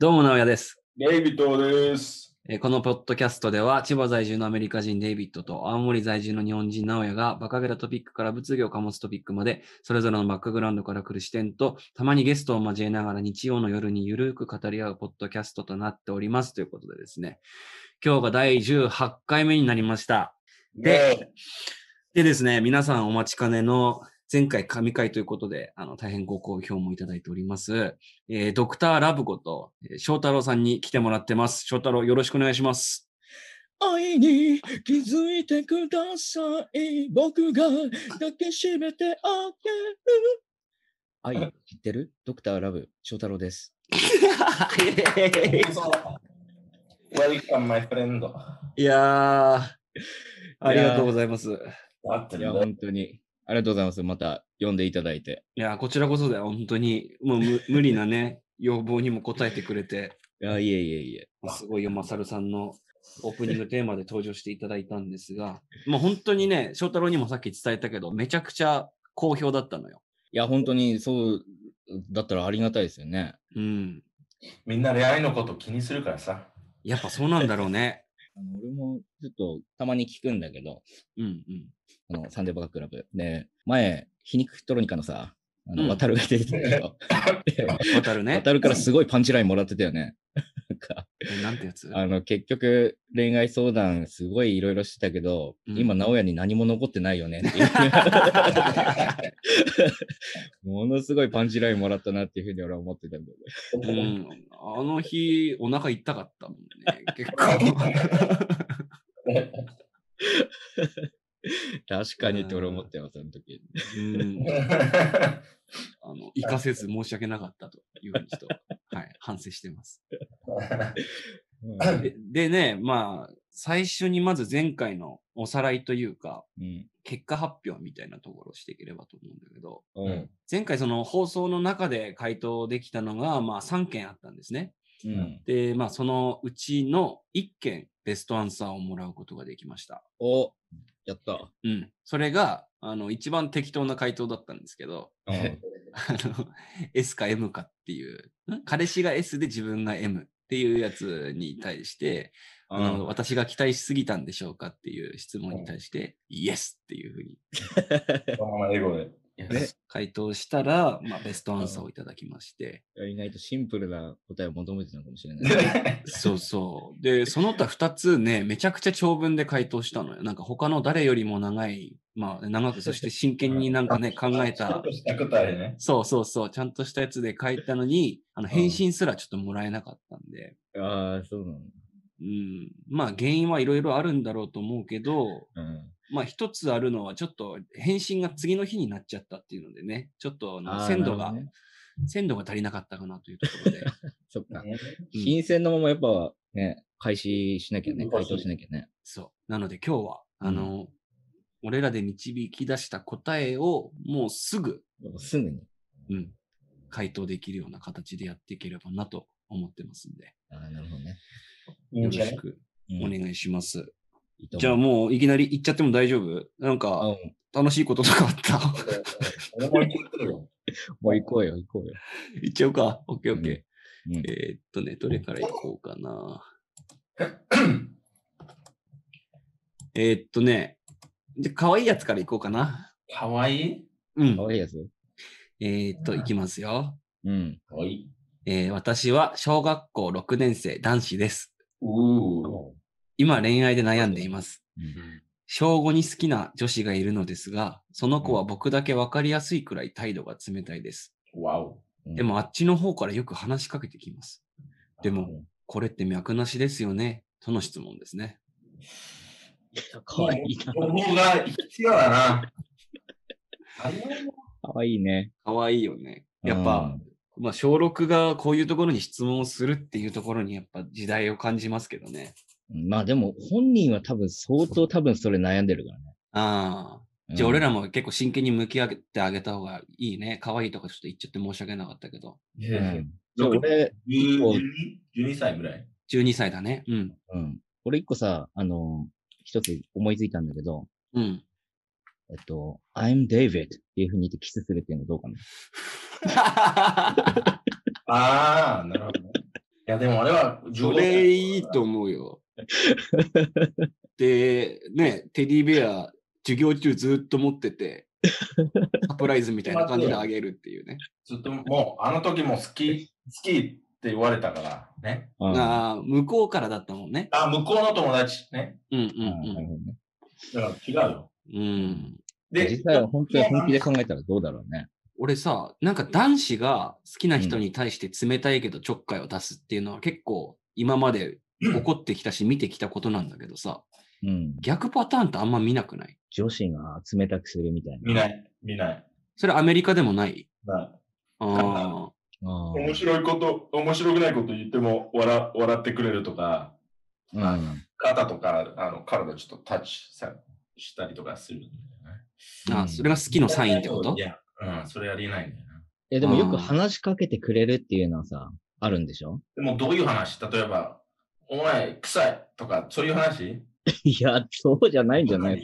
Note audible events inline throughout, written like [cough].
どうも、直哉です。デイビッドです。えーこのポッドキャストでは、千葉在住のアメリカ人デイビッドと青森在住の日本人直哉が、バカげたトピックから物議を醸すトピックまで、それぞれのバックグラウンドから来る視点と、たまにゲストを交えながら日曜の夜にゆるく語り合うポッドキャストとなっておりますということでですね、今日が第18回目になりました。で、でですね、皆さんお待ちかねの前回神回ということで、あの、大変ご好評もいただいております。えードクターラブコと、えー翔太郎さんに来てもらってます。翔太郎、よろしくお願いし [laughs] ます。愛に気づいてください。僕が抱きしめてあげる。愛、知ってるドクターラブ、翔太郎です。 Welcome, my friend. いやー、ありがとうございます。いや待っているや、ね。本当に。ありがとうございます。また呼んでいただいて。ーこちらこそだよ、本当に。もう無無理なね、要望にも応えてくれて、いや、いえいえいえ。すごいよ、マサルさんのオープニングテーマで登場していただいたんですが、もう本当にね、翔太郎にもさっき伝えたけど、めちゃくちゃ好評だったのよ。いや、本当にそうだったらありがたいですよね。うん。みんな恋愛のこと気にするからさ。やっぱそうなんだろうね。 [laughs] あの俺もちょっとたまに聞くんだけど、うんうん。あのサンデーバカクラブ。で、前、皮肉トロニカのさ、あうんの、渡るが出てたでしょ。で渡るね。渡るからすごいパンチラインもらってたよね。なんかえなんてやつあの、結局、恋愛相談、すごいいろいろしてたけど、うん今、直哉に何も残ってないよねって [laughs] いうものすごいパンチラインもらったなっていうふうに俺は思ってたんだよね。うん、あの日、お腹痛かったもん [laughs] ね、結構。 [laughs] 確かにって俺思ってます、その時。うん、あの生かせず申し訳なかったというふうにちょっと、はい、反省してます。ででね、まあ、最初にまず前回のおさらいというか、うん。結果発表みたいなところをしていければと思うんだけど、ううんん。前回その放送の中で回答できたのが、まあ3件あったんですね。うん。で、まあそのうちの1件、ベストアンサーをもらうことができました。おやった。うん。それが、あの、一番適当な回答だったんですけど、うんあの、S [laughs] か M かっていう、ん彼氏が S で自分が M っていうやつに対して、あの、私が期待しすぎたんでしょうかっていう質問に対して、イエスっていうふうにそのまま英語で。ね回答したら、まあ、ベストアンサーをいただきまして、いや意外とシンプルな答えを求めてたのかもしれない。 [laughs] そうそう。で、その他2つね、めちゃくちゃ長文で回答したのよ。なんか他の誰よりも長い、まあ、長く、そして真剣になんか [laughs] ね、考えちょたっとした答えね。そうそうそう、ちゃんとしたやつで書いたのに、あの、返信すらちょっともらえなかったんで、ああ、そうなの。うん、まあ原因はいろいろあるんだろうと思うけど、うん。まあ一つあるのはちょっと返信が次の日になっちゃったっていうのでね、ちょっとあのあー鮮度が、なるほどね鮮度が足りなかったかなというところで。そっか。うん金銭のままやっぱね、開始しなきゃね、回答しなきゃね。そう。なので今日は、あの、俺らで導き出した答えをもうすぐ、すぐに。うん、回答できるような形でやっていければなと思ってますんで、ああ、なるほどね。いいよんろじゃなしいくお願いします。いいと思うじゃあもういきなり行っちゃっても大丈夫なんあかも楽しいこととかあ [laughs] った。俺も言ってるよ。うもう行こうよ、行こうよ。行っちゃうか。オッケーオッケー。うんうんえーっとね、どれから行こうかな。 [coughs] えーっとね、じゃ、可愛いやつから行こうかな。かわいいうんか。わいいやつえーっと、行きますよ。うん。かわいい。えー私は小学校6年生男子です。う今恋愛で悩んでいます。うん小5に好きな女子がいるのですが、その子は僕だけ分かりやすいくらい態度が冷たいです。ー。わお。で、もあっちの方からよく話しかけてきます。でも、これって脈なしですよねとの質問ですね。かわいいな。情報が必要だな。あれかわいいね。かわいいよね。やっぱ、まあ、小6がこういうところに質問をするっていうところにやっぱ時代を感じますけどね。うん。まあでも、本人は多分相当多分それ悩んでるからね。あうあ。んじゃあ俺らも結構真剣に向き合ってあげた方がいいね。可愛いとかちょっと言っちゃって申し訳なかったけど。いうんやいやじゃあ俺、 12 12歳ぐらい。 12歳だね。うん。うん。俺一個さ、あの、一つ思いついたんだけど、 [laughs] うん。えっと、I'm David っていうふうに言ってキスするっていうのどうかな。ああ、なるほどね。や、でも俺はそれいいと思うよ。で、ね、テディベア、授業中ずっと持って [laughs] て、サプライズみたいな感じであげるっていうね。ずっともう、あの時も好き、好きって言われたからね。あああ、向こうからだったもんね。あ、向こうの友達ね。うんあなるほどねだから違うよ。うんうん。うん。で、実際は本当に本気で考えたらどうだろうね。俺さ、なんか男子が好きな人に対して冷たいけどちょっかいを出すっていうのは結構今まで起こってきたし見てきたことなんだけどさ、うん。逆パターンってあんま見なくない女子が冷たくするみたい見な。ない、見ない。それアメリカでもないなああ面白いこと、面白くないこと言っても笑笑ってくれるとか、あ。うん。肩とかあの体ちょっとタッチさしたりとかするんだよね。あ、あそれが好きのサインってこといや、うん、それありえないんだよな。いや、でもよく話しかけてくれるっていうのはさ、あるんでしょ [laughs] でもどういう話例えば、お前、臭いとか、そういう話いや、そうじゃないんじゃない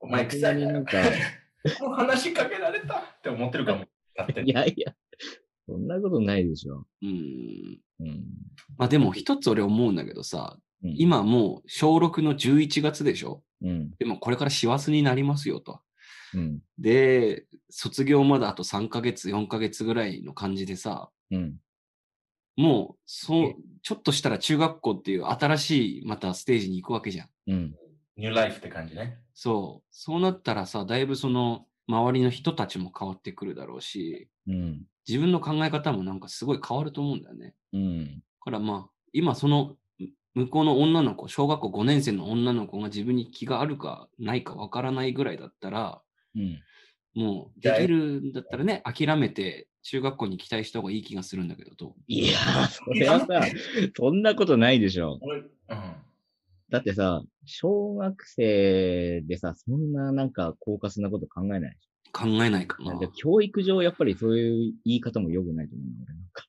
お前、臭い。なんか、もう話しかけられたって思ってる [laughs] かも。勝手いにやいや、そんなことないでしょ。 [laughs] うん。うん。まあでも一つ俺思うんだけどさ、うん、今もう小6の11月でしょうん。でもこれから師走になりますよと。うん。で、卒業まであと3ヶ月、4ヶ月ぐらいの感じでさ、うん。もう、そう、ちょっとしたら中学校っていう新しいまたステージに行くわけじゃん。うん。ニューライフって感じね。そう。そうなったらさ、だいぶその、周りの人たちも変わってくるだろうし、うん。自分の考え方もなんかすごい変わると思うんだよね。うん。だからまあ、今その、む向こうの女の子、小学校5年生の女の子が自分に気があるかないかわからないぐらいだったら、うん。もう、できるんだったらね、諦めて中学校に期待した方がいい気がするんだけど、どうい [laughs] や、それはさ、そんなことないでしょ。俺、うん。だってさ、小学生でさ、そんななんか高価なこと考えないでし考えないかょ。なな。んか教育上やっぱりそういう言い方も良くないと思うな、俺なんか。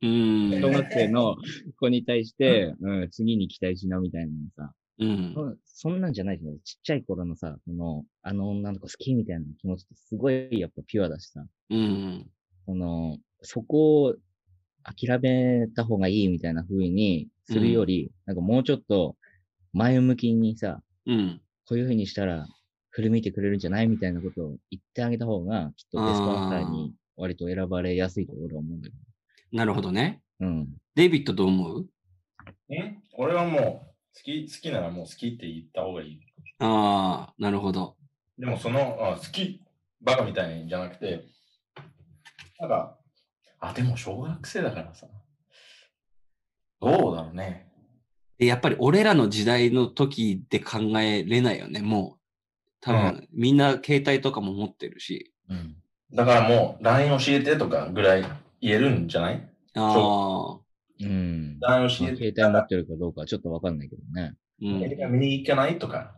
うん。小学生の子に対して、うん、次に期待しなみたいなのさ、うんそ。んそんなんじゃないじゃん。ちっちゃい頃のさ、その、あの女の子好きみたいな気持ちってすごいやっぱピュアだしさ、うん。その、そこを諦めた方がいいみたいな風にするより、なんかもうちょっと前向きにさ、うん。こういう風にしたら、振り向いてくれるんじゃないみたいなことを言ってあげた方が、きっとベストアンサーに割と選ばれやすいと俺は思うんだけなるほどね。ど。うん。デイビッドどう思うえ俺はもう、好き、好きならもう好きって言った方がいい。ああ、なるほど。でもその、あ好き、バカみたいにじゃなくて、なんか、あ、でも小学生だからさ。どうだろうね。でやっぱり俺らの時代の時で考えれないよね、もう。多分、うみんな携帯とかも持ってるし。うん。だからもう、LINE 教えてとかぐらい言えるんじゃないああ、うん。まあ ?LINE 教え携て。帯持ってるかどうかはちょっとわかんないけどね。う映画見に行かないとか。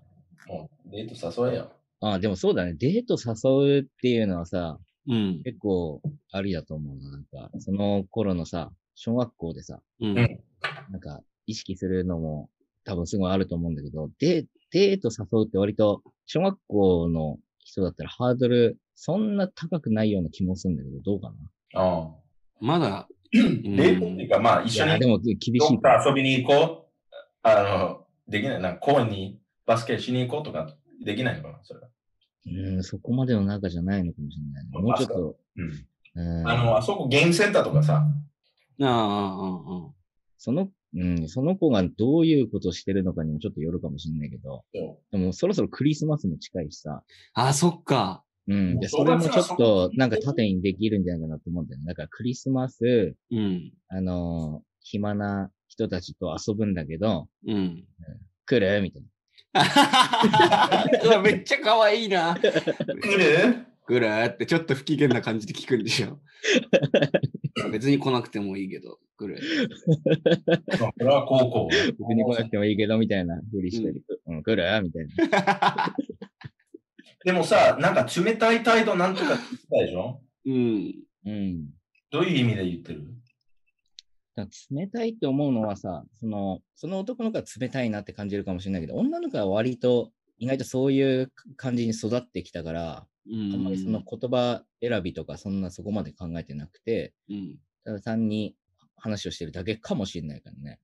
もう、デート誘えよ。ああ、でもそうだね。デート誘うっていうのはさ、ん。結構ありだと思うな。なんか、その頃のさ、小学校でさ、うん。う。うんんなんか意識するのも多分すごいあると思うんだけど、デデート誘うって割と小学校の人だったらハードルそんな高くないような気もするんだけど、どうかな。ああ。まだ、んデートっていうか、まあ、い一緒や、にでも厳しどいっから。か遊びに行こう。あの、できない。なんか公園にバスケしに行こうとか、できないのかな、それは。うん、そこまでの中じゃないのかもしれないね。もうちょっと、うん。うん、あの、あそこゲームセンターとかあさ、あ、その、うん、その子がどういうことしてるのかにもちょっとよるかもしれないけど、 [laughs] そでもそろそろクリスマスも近いしさ、ああ、あ、そっか。うん、で、それもちょっとなんか縦にできるんじゃないかなと思うんだよね。だからクリスマス、うん。あのー暇な人たちと遊ぶんだけど、うん。 [laughs] 来るみたいな。うわめっちゃ可愛いな。う。来るぐらーって、ちょっと不機嫌な感じで聞くんでしょ。別に来なくてもいいけど、ぐらーってまあこれは高校。僕に来なくてもいいけど、みたいなふりしたり、うん、来るみたいな。でもさ、なんか冷たい態度なんとかって言ってたでしょうん。うん。どういう意味で言ってるだから冷たいって思うのはさ、その、その男の子は冷たいなって感じるかもしれないけど、女の子は割と、意外とそういう感じに育ってきたから、うん。あんまりその言葉選びとか、そんなそこまで考えてなくて、うん。ただ単に話をしてるだけかもしれないからね。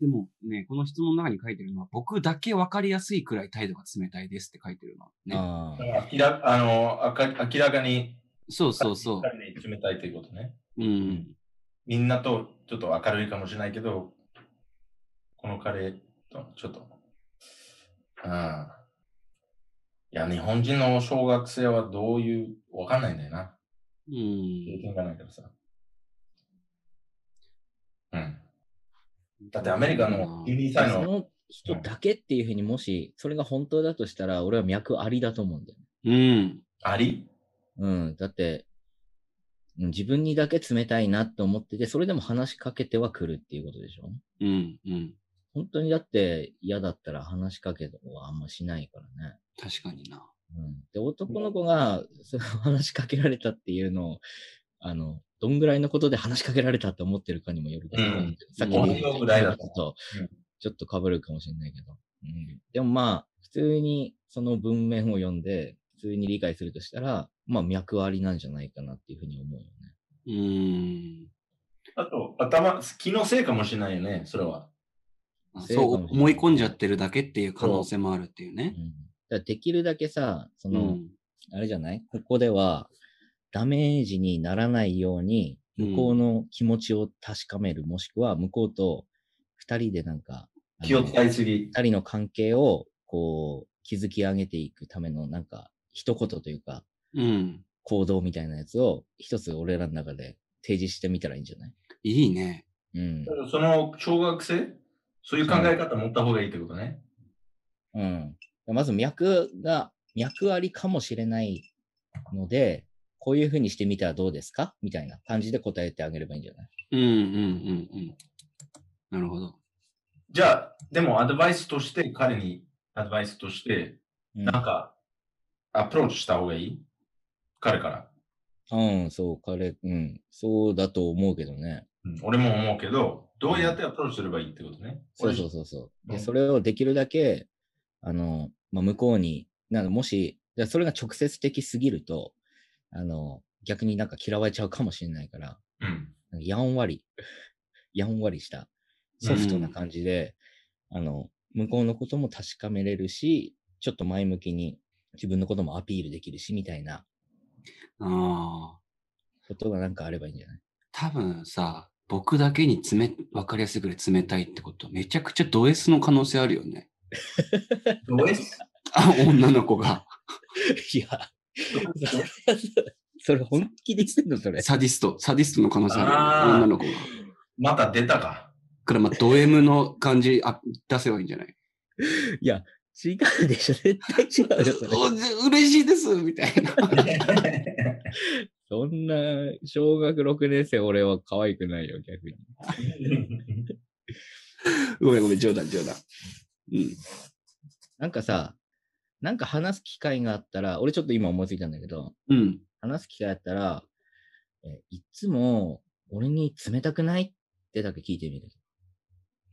でもね、この質問の中に書いてるのは、僕だけ分かりやすいくらい態度が冷たいですって書いてるの。ね。ああ。明らあのあか明らかにそうそうそ二人で冷たいということね。う。うん。みんなとちょっと明るいかもしれないけど、この彼とちょっと、うん。いや、日本人の小学生はどういう、わかんないんだよな。う経ん。験がないからさ。うん。だってアメリカの12歳その、の人だけっていうふうにもし、それが本当だとしたら、俺は脈ありだと思うんだよね。うん。ありうん。だって、うん自分にだけ冷たいなって思ってて、それでも話しかけてはくるっていうことでしょうん。うん。本当にだって嫌だったら話しかけとかはあんましないからね。確かにな。うん。で、男の子が、その [laughs] 話しかけられたっていうのを、あの、どんぐらいのことで話しかけられたって思ってるかにもよるけど、うんさっきのうん同じぐらいだとちょっとうん、ちょっと被るかもしれないけど。うん。でもまあ、普通にその文面を読んで、普通に理解するとしたら、まあ、脈ありなんじゃないかなっていうふうに思うよね。うん。あと、頭、気のせいかもしれないよね、それは。あせいかそうもしれない思い込んじゃってるだけっていう可能性もあるっていううん。だね。からできるだけさ、そうの、ん。あれじゃないここでは、ダメージにならないように、うん向こうの気持ちを確かめる、もしくは向こうと二人でなんか、あの気を使いすぎ。二人の関係を、こう、築き上げていくための、なんか、一言というか、うん。行動みたいなやつを、一つ俺らの中で提示してみたらいいんじゃないいいね。うん。その小学生そういう考え方持った方がいいってことね。うん。まず脈が、脈ありかもしれないので、こういうふうにしてみたらどうですかみたいな感じで答えてあげればいいんじゃないうんうんうんうん。なるほど。じゃあ、でもアドバイスとして、彼にアドバイスとして、うんなんか、アプローチした方がいい彼から、うん、そう、彼、うん、そうだと思うけどね。うん俺も思うけど、どうやってアプローチすればいいってことね。そうそう俺そうそう。うで、んそれをできるだけ、あの、まあ、向こうに、なんかもし、だそれが直接的すぎると、あの、逆になんか嫌われちゃうかもしれないから、うん。なんかやんわり、やんわりした、ソフトな感じで、あの、向こうのことも確かめれるし、ちょっと前向きに自分のこともアピールできるし、みたいなああ。ことがなんかあればいいんじゃない [laughs] 多分さ、僕だけに冷、わかりやすいくらい冷たいってこと、めちゃくちゃド S の可能性あるよね。ド S? あ、女の子 [laughs] が。いや、それ本気で言ってんのそれ。サディスト、サディストの可能性あるあよーね。女の子が。また出たか。から、まあ、ド M の感じあ出せばいいんじゃ [laughs] ない違うでしょ絶対違うよ、それ。おじ嬉しいですみたいな。そんな、小学6年生俺は可愛くないよ、逆に。ごめんごめん、冗談冗談。うん。なんかさ、なんか話す機会があったら、俺ちょっと今思いついたんだけど、うん。話す機会あったら、えいつも俺に冷たくないってだけ聞いてみる。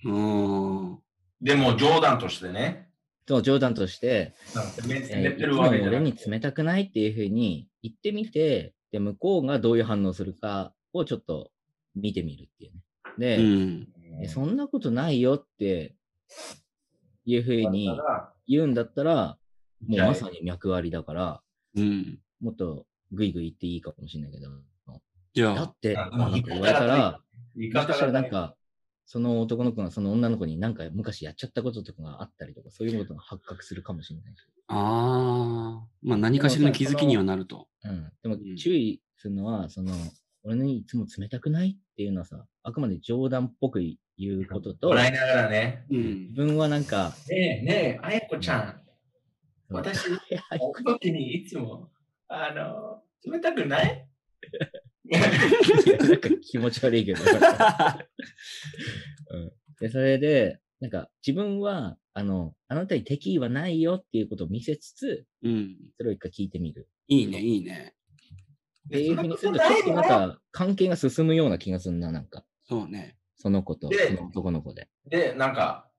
うーん。でも冗談としてね。と冗談として、なんかねえ寝いてつるもわけじゃな俺いに冷たくないっていうふうに言ってみて、で、向こうがどういう反応するかをちょっと見てみるっていうね。で、うん。えそんなことないよっていうふうにだから言うんだったら、もうじゃあまさに脈割りだから、うん。もっとグイグイ言っていいかもしれないけど、じゃだあっ、て、あでなもんか言われたら、言いもし方かしがたらななんんか、その男の子がその女の子になんか昔やっちゃったこととかがあったりとか、そういうことが発覚するかもしれない。ああ、まあ何かしらの気づきにはなると。うん。でもうん注意するのは、その、俺にいつも冷たくないっていうのはさ、あくまで冗談っぽく言うことと、笑い自ながらね。うん。分はなんか、ねえねえ、あやこちゃん。うん [laughs] 私、お時にいつも、あの、冷たくないなんか気持ち悪 [laughs] いけど。で、それで、なんか自分は、あの、あなたに敵意はないよっていうことを見せつつ、うん。それを一回聞いてみる。いいね、いいね。っていうふうにすると、ちょっとなんか関係が進むような気がするな、なんか。そうね。 [laughs] その子と、でその男の子で。で、なんか、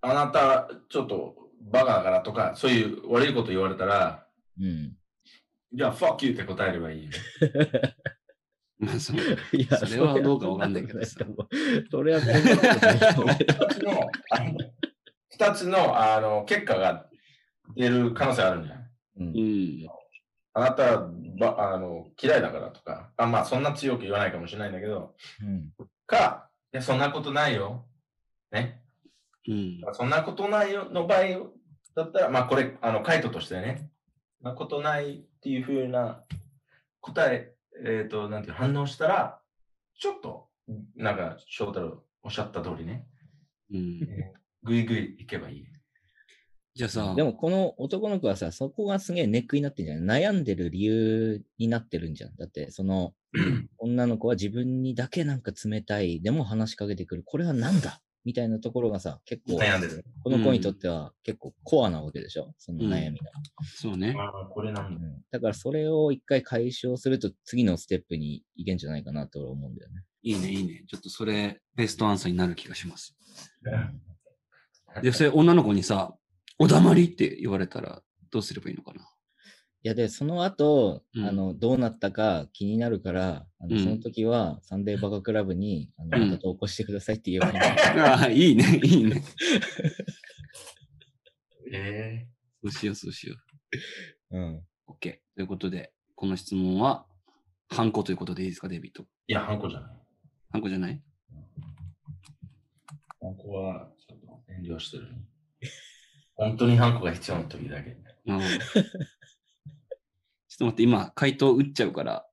あなた、ちょっと、バカだからとか、そういう悪いこと言われたら、うん。 [laughs] じゃあ、fuck you って答えればいいよ。まあ、そう。いそれはどうかわかんないけどさ [laughs] そんなことないと思うそれはそんなことないと思うけ [laughs] ど二つの、あの二つの、あの、結果が出る可能性あるんじゃないうんうん。あなたば、あの、嫌いだからとか、あまあ、そんな強く言わないかもしれないんだけど、うんか、いや、そんなことないよ。ね。うん。そんなことないよの場合だったら、まあ、これ、あの、回答としてね、そんなことないっていうふうな答え、えっ、と、なんていう、反応したら、ちょっと、なんか、翔太郎おっしゃった通りね、うん、ぐいぐい行けばいい。じゃあさ、でもこの男の子はさ、そこがすげえネックになってんじゃない悩んでる理由になってるんじゃん。だって、そ [clears throat] の、女の子は自分にだけなんか冷たい、でも話しかけてくる。これはなんだみたいなところがさ、結構、悩んでる。この子にとっては結構コアなわけでしょその悩みが。そうね。ああ、これなんだ。うんだからそれを一回解消すると次のステップに行けんじゃないかなって俺思うんだよね。いいね、いいね。ちょっとそれ、ベストアンサーになる気がします。 [laughs] で、それ女の子にさ、おだまりって言われたら、どうすればいいのかな。いやで、その後、うんあの、どうなったか気になるから、あのうんその時はサンデーバカクラブに、あうの、んまた投稿してくださいって言えばいいんだ [laughs] ああ、いいね、いいね。えそうしよう、そうしようん。う。OK。ということで、この質問は、ハンコということでいいですか、デイビッド。ー、いや、ハンコじゃない。ハンコじゃないハンコは、ちょっと遠慮してる。 [laughs] 本当にハンコが必要な時だけ。うん [laughs] ちょっと待って、今、回答打っちゃうから、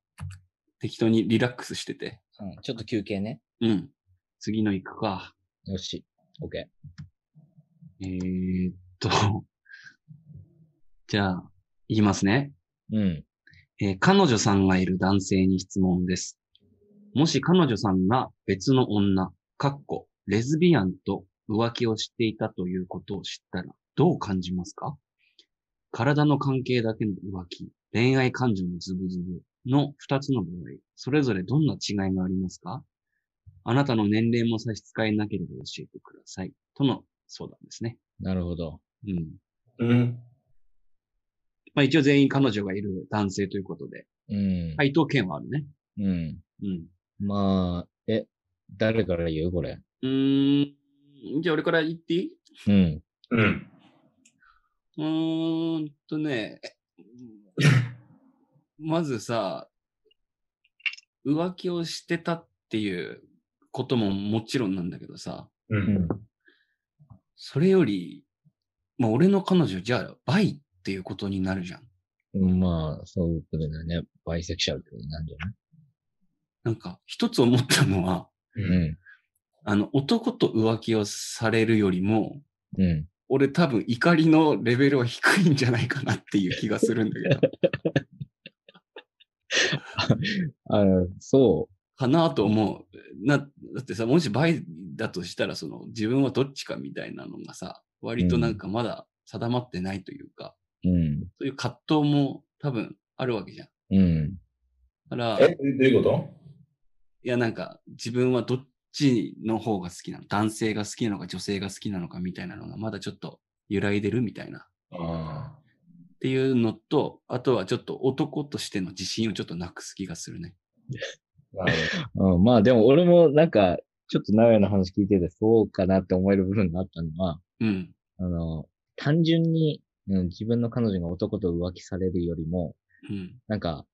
適当にリラックスしてて。うん、ちょっと休憩ね。うん。次の行くか。よし。OK。えー、っと。じゃあ、言いますね。うん。えー彼女さんがいる男性に質問です。もし彼女さんが別の女、かっこ、レズビアンと浮気をしていたということを知ったら、どう感じますか体の関係だけの浮気、恋愛感情のズブズブの二つの場合、それぞれどんな違いがありますかあなたの年齢も差し支えなければ教えてください。との相談ですね。なるほど。うん。うん。まあ一応全員彼女がいる男性ということで、うん。回答権はあるね。うん。うん。まあ、え、誰から言うこれ。うーん。じゃあ俺から言っていいうん。うん。うーんとね、まずさ、浮気をしてたっていうことももちろんなんだけどさ、ううんん。。それより、まあ俺の彼女じゃあバイっていうことになるじゃん。うんまあ、そういうことだよね。バイセクシャルってことなんじゃなんか一つ思ったのは、う。なんいあの男と浮気をされるよりも、うん。う俺多分怒りのレベルは低いんじゃないかなっていう気がするんだけど。ん。あの、そかなと思う。な、だってさ、もし倍だとしたら、その自分はどっちかみたいなのがさ、割となんかまだ定まってないというか、う。うん。そういう葛藤も多分あるわけじゃん。うん。だから、え、いどういうこやなんか自分はどっちの方が好きなの男性が好きなのか女性が好きなのかみたいなのがまだちょっと揺らいでるみたいな。とあっていうのと、あとはちょっと男としての自信をちょっとなくす気がするね。あ。なるうん、まあ、でも俺もなんか、ちょっと長屋の話聞いてて、そうかなって思える部分があったのは、うん。あの、単純に、うん、自分の彼女が男と浮気されるよりも、うん。なんか、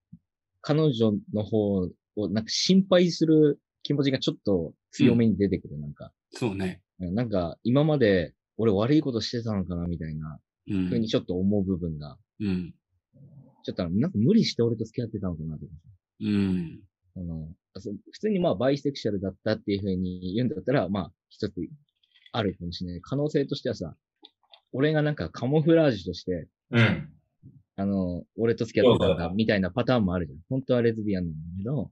彼女の方を、なんか心配する気持ちがちょっと強めに出てくる、なんか。そうね。うんなんか、今まで俺悪いことしてたのかな、みたいな、うふうにん。ちょっと思う部分が、うん。ちょっとあのなんか無理して俺と付き合ってたのかなとか。うん。あの、そう普通にまあバイセクシャルだったっていうふうに言うんだったら、まあ一つあるかもしれない。可能性としてはさ、俺がなんかカモフラージュとして、ほどうん。あの、俺と付き合ってたんそうだそみたいなパターンもあるじゃん。本当はレズビアンなんだけど、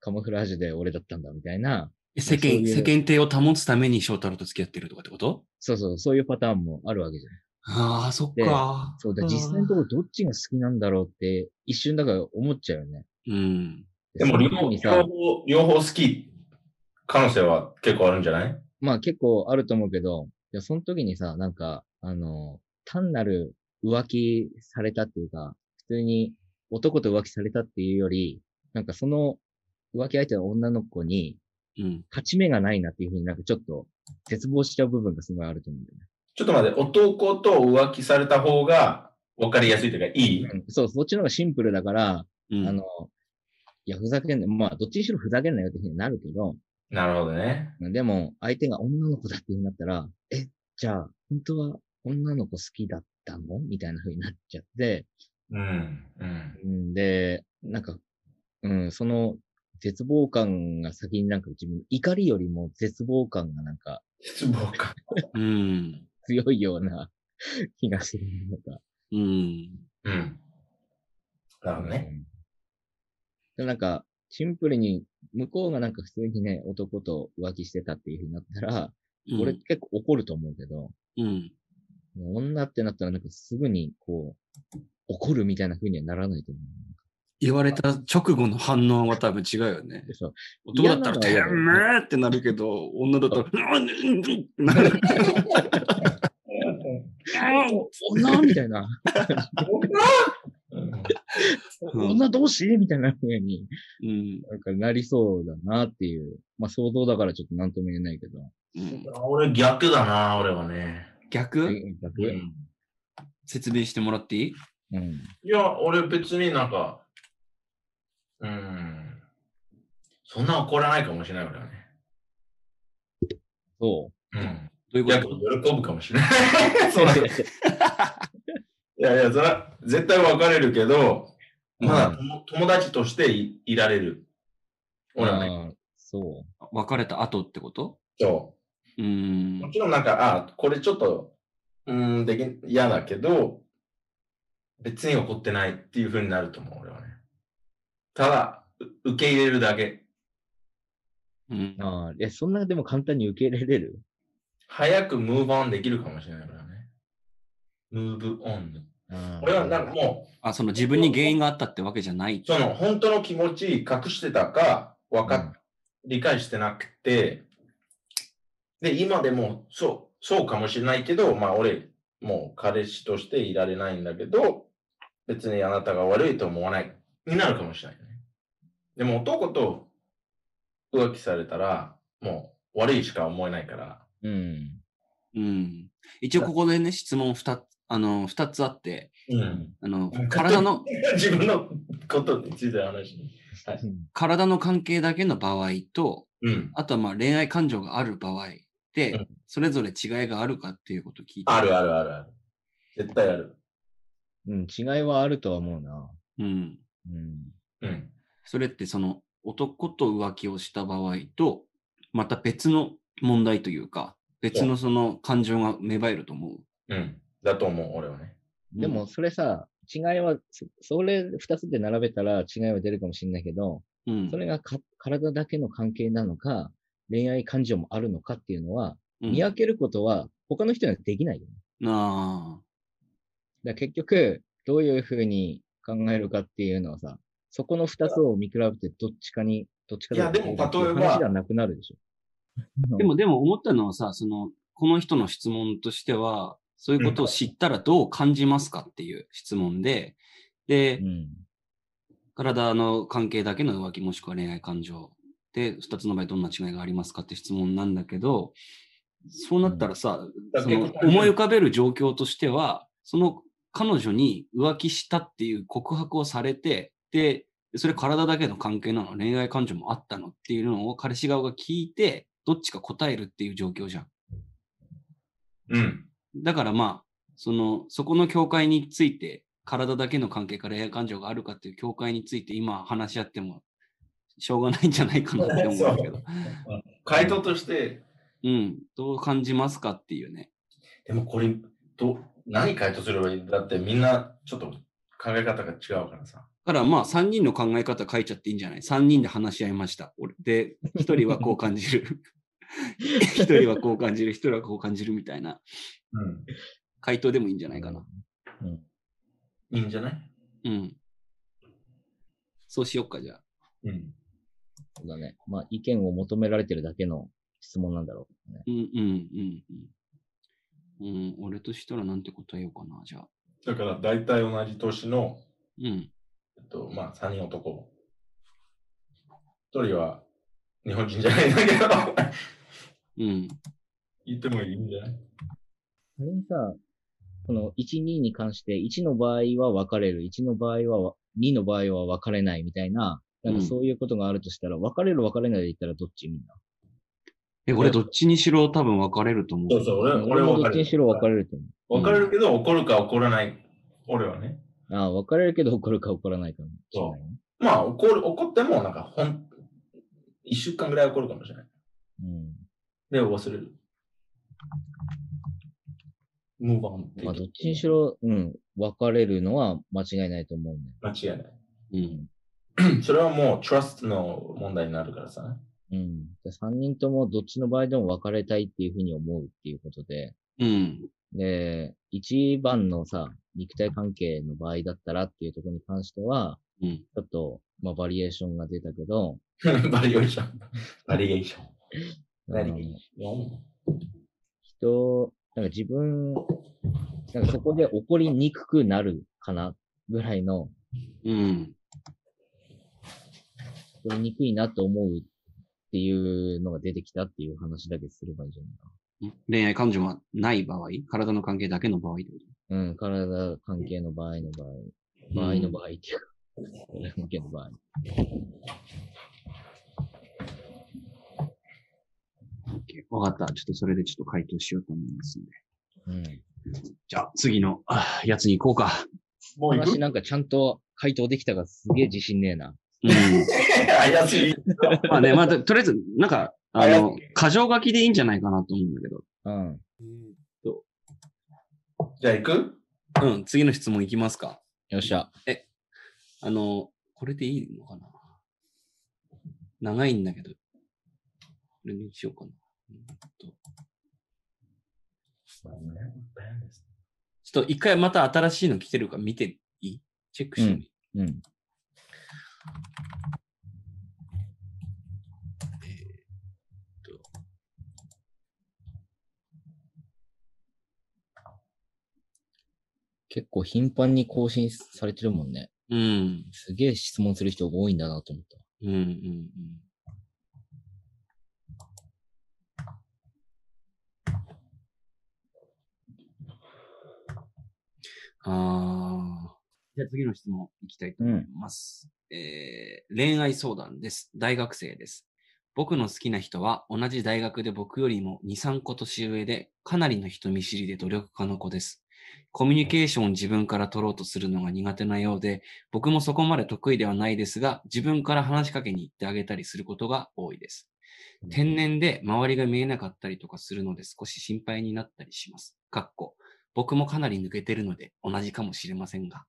カモフラージュで俺だったんだみたいな、え世そう間、いう世間体を保つために翔太郎と付き合ってるとかってことそうそう、そういうパターンもあるわけじゃん。ああ、そっでか。そうだ、実際のところどっちが好きなんだろうって一瞬だから思っちゃうよね。うん。でも両その時に両さ方、、両方好き。可能性は結構あるんじゃないまあ結構あると思うけど、いやその時にさ、なんか、あの、単なる浮気されたっていうか、普通に男と浮気されたっていうより、なんかその浮気相手の女の子にうん。勝ち目がないなっていうふうになんかちょっと絶望しちゃう部分がすごいあると思うんだよね。ちょっと待って、男と浮気された方が分かりやすいというか、いいうんそう、そっちの方がシンプルだから、うん、あの、いや、ふざけんな、まあ、どっちにしろふざけんなよっていうふうになるけど、なるほどね。でも、相手が女の子だっていうふうになったら、え、じゃあ、本当は女の子好きだったのみたいなふうになっちゃって、うん。うん。うんで、なんか、うん、その絶望感が先になんか自分、怒りよりも絶望感がなんか失望感。うん。強いような気がするのか。うん。うん。なるほどね。うん。でもなんか、シンプルに、向こうがなんか普通にね、男と浮気してたっていうふうになったら、うん俺、結構怒ると思うけど、うん。女ってなったらなんかすぐにこう、怒るみたいな風にはならないと思言われた直後の反応は多分違うよね [laughs] う。。でしょ [laughs] 男だったら、て嫌なのめはえってなるけど、女だったら、うん、うん、うん、ってなる。お女みたいな。うんうん女同士みたいな風にうん。なんかなりそうだなっていう。まあ想像だからちょっとなんとも言えないけど。うん俺逆だな、俺はね。逆え逆ううんん説明してもらっていいいや、俺別になんか、うん。そんな怒らないかもしれない、俺はね。そうん。どういうこ逆とに喜ぶかもしれない。 [laughs] そうだね。いやいや、それは絶対別れるけど、まだ友友達としていいられる。う。俺はね。 [laughs] あーそ別れた後ってことそうう。んも。ちろんなんか、あ、これちょっと、うーん、できん、嫌だけど、別に怒ってないっていう風になると思う、俺はね。ただ、う受け入れるだけ。うんう。あーえ、そんなでも簡単に受け入れれる早くムーブオンできるかもしれない、俺はね。ムーブオン。あー俺はなんかも、。あ、その自分に原因があったってわけじゃないうその、本当の気持ち隠してたか、わかっ、理解してなくて、で、今でも、そう、そうかもしれないけど、まあ俺、もう彼氏としていられないんだけど、別にあなたが悪いと思わない、になるかもしれないよね。でも男と浮気されたら、もう悪いしか思えないから、うん。うん。一応ここでね、質問二つ、あの、二つあって、うん。あのうん、体の、 [laughs] 自分のことについての話に。体の関係だけの場合と、うん。あとはまあ恋愛感情がある場合で、うんそれぞれ違いがあるかっていうことを聞いて。あるあるあるある。絶対ある。うん、違いはあるとは思うな。うん。うん。うん。それってその男と浮気をした場合と、また別の問題というか、別のその感情が芽生えると思う。うん。だと思う、俺はね。でも、それさ、違いは、そそれ二つで並べたら違いは出るかもしれないけど、うん、それがか体だけの関係なのか、恋愛感情もあるのかっていうのは、うん、見分けることは他の人にはできないよね。あだから結局、どういうふうに考えるかっていうのはさ、そこの二つを見比べてどっちかに、どっちかだいやでもっていう例えば話ではなくなるでしょ。あ。でも、でも思ったのはさ、その、この人の質問としては、そういうことを知ったらどう感じますかっていう質問で、で、うん。体の関係だけの浮気もしくは恋愛感情で、二つの場合どんな違いがありますかって質問なんだけど、そうなったらさ、うんそのだから思い浮かべる状況としては、その彼女に浮気したっていう告白をされて、で、それ体だけの関係なの、恋愛感情もあったのっていうのを彼氏側が聞いて、どっちか答えるっていう状況じゃん。うん。だからまあ、その、そこの境界について、体だけの関係から恋愛感情があるかっていう境界について今話し合ってもしょうがないんじゃないかなって思うんだけど。回答として、うん。どう感じますかっていうね。でもこれ、ど何回答すればいいんだってみんなちょっと考え方が違うからさ。だからまあ、3人の考え方書いちゃっていいんじゃない ?3 人で話し合いました。俺で、1人はこう感じる。1人はこう感じる。1人はこう感じるみたいなうん。回答でもいいんじゃないかな。うん。いいんじゃないうん。そうしよっか、じゃあ。うん。そうだね。まあ、意見を求められてるだけの質問なんだろう、ね。うんうんうんうん。うん、俺としたらなんて答えようかな、じゃあ。だから大体同じ年の、うん。えっと、まあ3人男一人は日本人じゃないんだけど、 [laughs] うん。言ってもいいんじゃないあれにさ、この1、2に関して、1の場合は分かれる、1の場合はわ、2の場合は分かれないみたいな、なんうかんそういうことがあるとしたら、分かれる分かれないで言ったらどっちみんな。え、俺どっちにしろ多分分かれると思う。そうそう、俺俺俺はも分どかっちれにしろ分かる。れると思分かれるけど、怒るか怒らない、俺はね。う。ああ、分かれるけど怒るか怒らないかもしれないね。まあ、怒る、怒っても、なんか、ほん、一週間ぐらい怒るかもしれない。で、忘れる。ムーバンっていうん。うまあどっちにしろ、うん、分かれるのは間違いないと思うんだよ。間違いなうん。い。それはもう、トラストの問題になるからさ。 [laughs] うん。3人ともどっちの場合でも分かれたいっていうふうに思うっていうことで、うん。で、一番のさ、肉体関係の場合だったらっていうところに関しては、うん。ちょっと、まあ、バリエーションが出たけど、バリエーション。バリエーション。あの人、なんか自分、なんかそこで怒りにくくなるかなぐらいの、うん。怒りにくいなと思うっていうのが出てきたっていう話だけすればいいんじゃないか恋愛感情はない場合、体の関係だけの場合ってこな。うん、体関係の場合の場合、と場合の場合。場合っていう [laughs] か、体関係の場合。 OK わかった。ちょっとそれでちょっと回答しようと思いますんで。うん。じゃあ、次のあーやつに行こうか。もう行く話なんかちゃんと回答できたがすげえ自信ねえな。うん。怪しい。 [laughs] まあね、まあ、ととりあえず、なんか、ああやの、箇条書きでいいんじゃないかなと思うんだけど。うん。じゃあ行くうん、次の質問いきますか。よっしゃ。あの、これでいいのかな長いんだけど。これにしようかな。ちょっと一回また新しいの来てるか見ていいチェックしてみる。うん。結構頻繁に更新されてるもんね。うん。すげえ質問する人が多いんだなと思った。うんうんうん。ああ。じゃあ次の質問いきたいと思います、えー恋愛相談です。大学生です。僕の好きな人は同じ大学で僕よりも2、3個年上で、かなりの人見知りで努力家の子です。コミュニケーションを自分から取ろうとするのが苦手なようで、僕もそこまで得意ではないですが、自分から話しかけに行ってあげたりすることが多いです。天然で周りが見えなかったりとかするので少し心配になったりします。かっこ。僕もかなり抜けてるので同じかもしれませんが。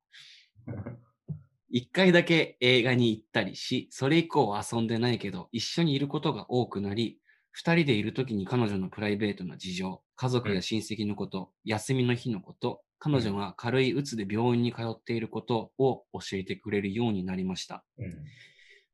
一回だけ映画に行ったりし、それ以降は遊んでないけど、一緒にいることが多くなり、二人でいるときに彼女のプライベートな事情、家族や親戚のこと、休みの日のこと、彼女が軽い鬱で病院に通っていることを教えてくれるようになりました。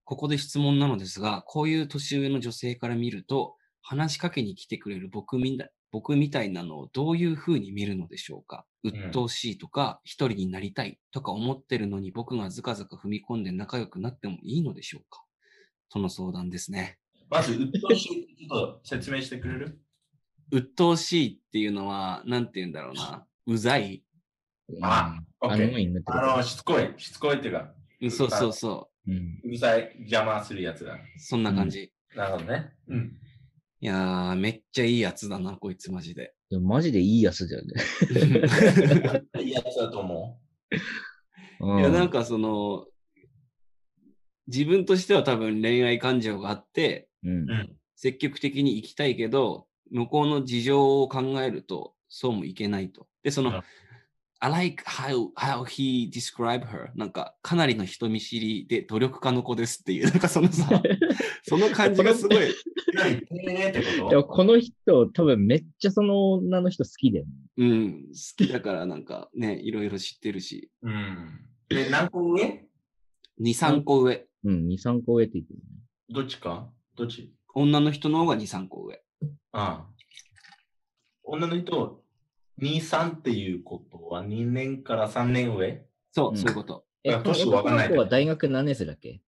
ここで質問なのですが、こういう年上の女性から見ると、話しかけに来てくれる僕みた僕みたいなのをどういうふうに見るのでしょうか鬱陶しいとか、一人になりたいとか思ってるのに僕がずかずか踏み込んで仲良くなってもいいのでしょうかとの相談ですね。まず、うっとうしい。ちょっと説明してくれる鬱陶しいっていうのは、なんて言うんだろうな。うざいあうん、 OK あの、犬ってことあの、しつこい。しつこいっていうか、うんそうそうそううるさい、邪魔するやつだ。う。そんな感じ。なるほどね。うん。いやー、めっちゃいいやつだな、こいつマジ [laughs] で。ん。でもマジでいいやつだよね。いいやつだと思うんいや、なんかその、自分としては多分恋愛感情があって、うんう。う。ん。積極的に行きたいけど、向こうの事情を考えると、そうもいけないと。で、その、うん I like how, how he described her. なんか、かなりの人見知りで努力家の子ですっていう、なんかそのさ、その感じがすごい、何丁寧ってこでもとこの人、多分めっちゃその女の人好きだよね。うん、好きだからなんかね、いろいろ知ってるし、うん。で、何個上2、3個上。うん、2、3個上って言ってる。どっちかどっち女の人の方が2、3個上。ああ。女の人、2、3っていうことは2年から3年上そう、うんそういうこと。あ年わかんないこの子は大学何年生だっけ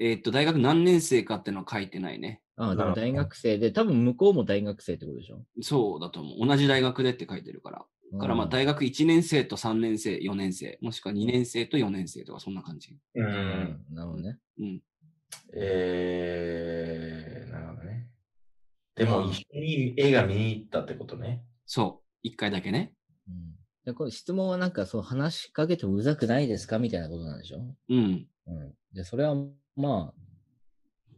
えーっと、大学何年生かってのは書いてないね。ああ、だかなるらほど大学生で、多分向こうも大学生ってことでしょそうだと思う。同じ大学でって書いてるから。だからまあ大学1年生と3年生、4年生、もしくは2年生と4年生とかそんな感じ。う。うんん。なるほどね。うん。えー、なるほどね。でも、一緒に映画見に行ったってことね。そう。1回だけね。うん。で、これ質問はなんか、そう、話しかけてもうざくないですかみたいなことなんでしょうん。うん。で、それは、まあ、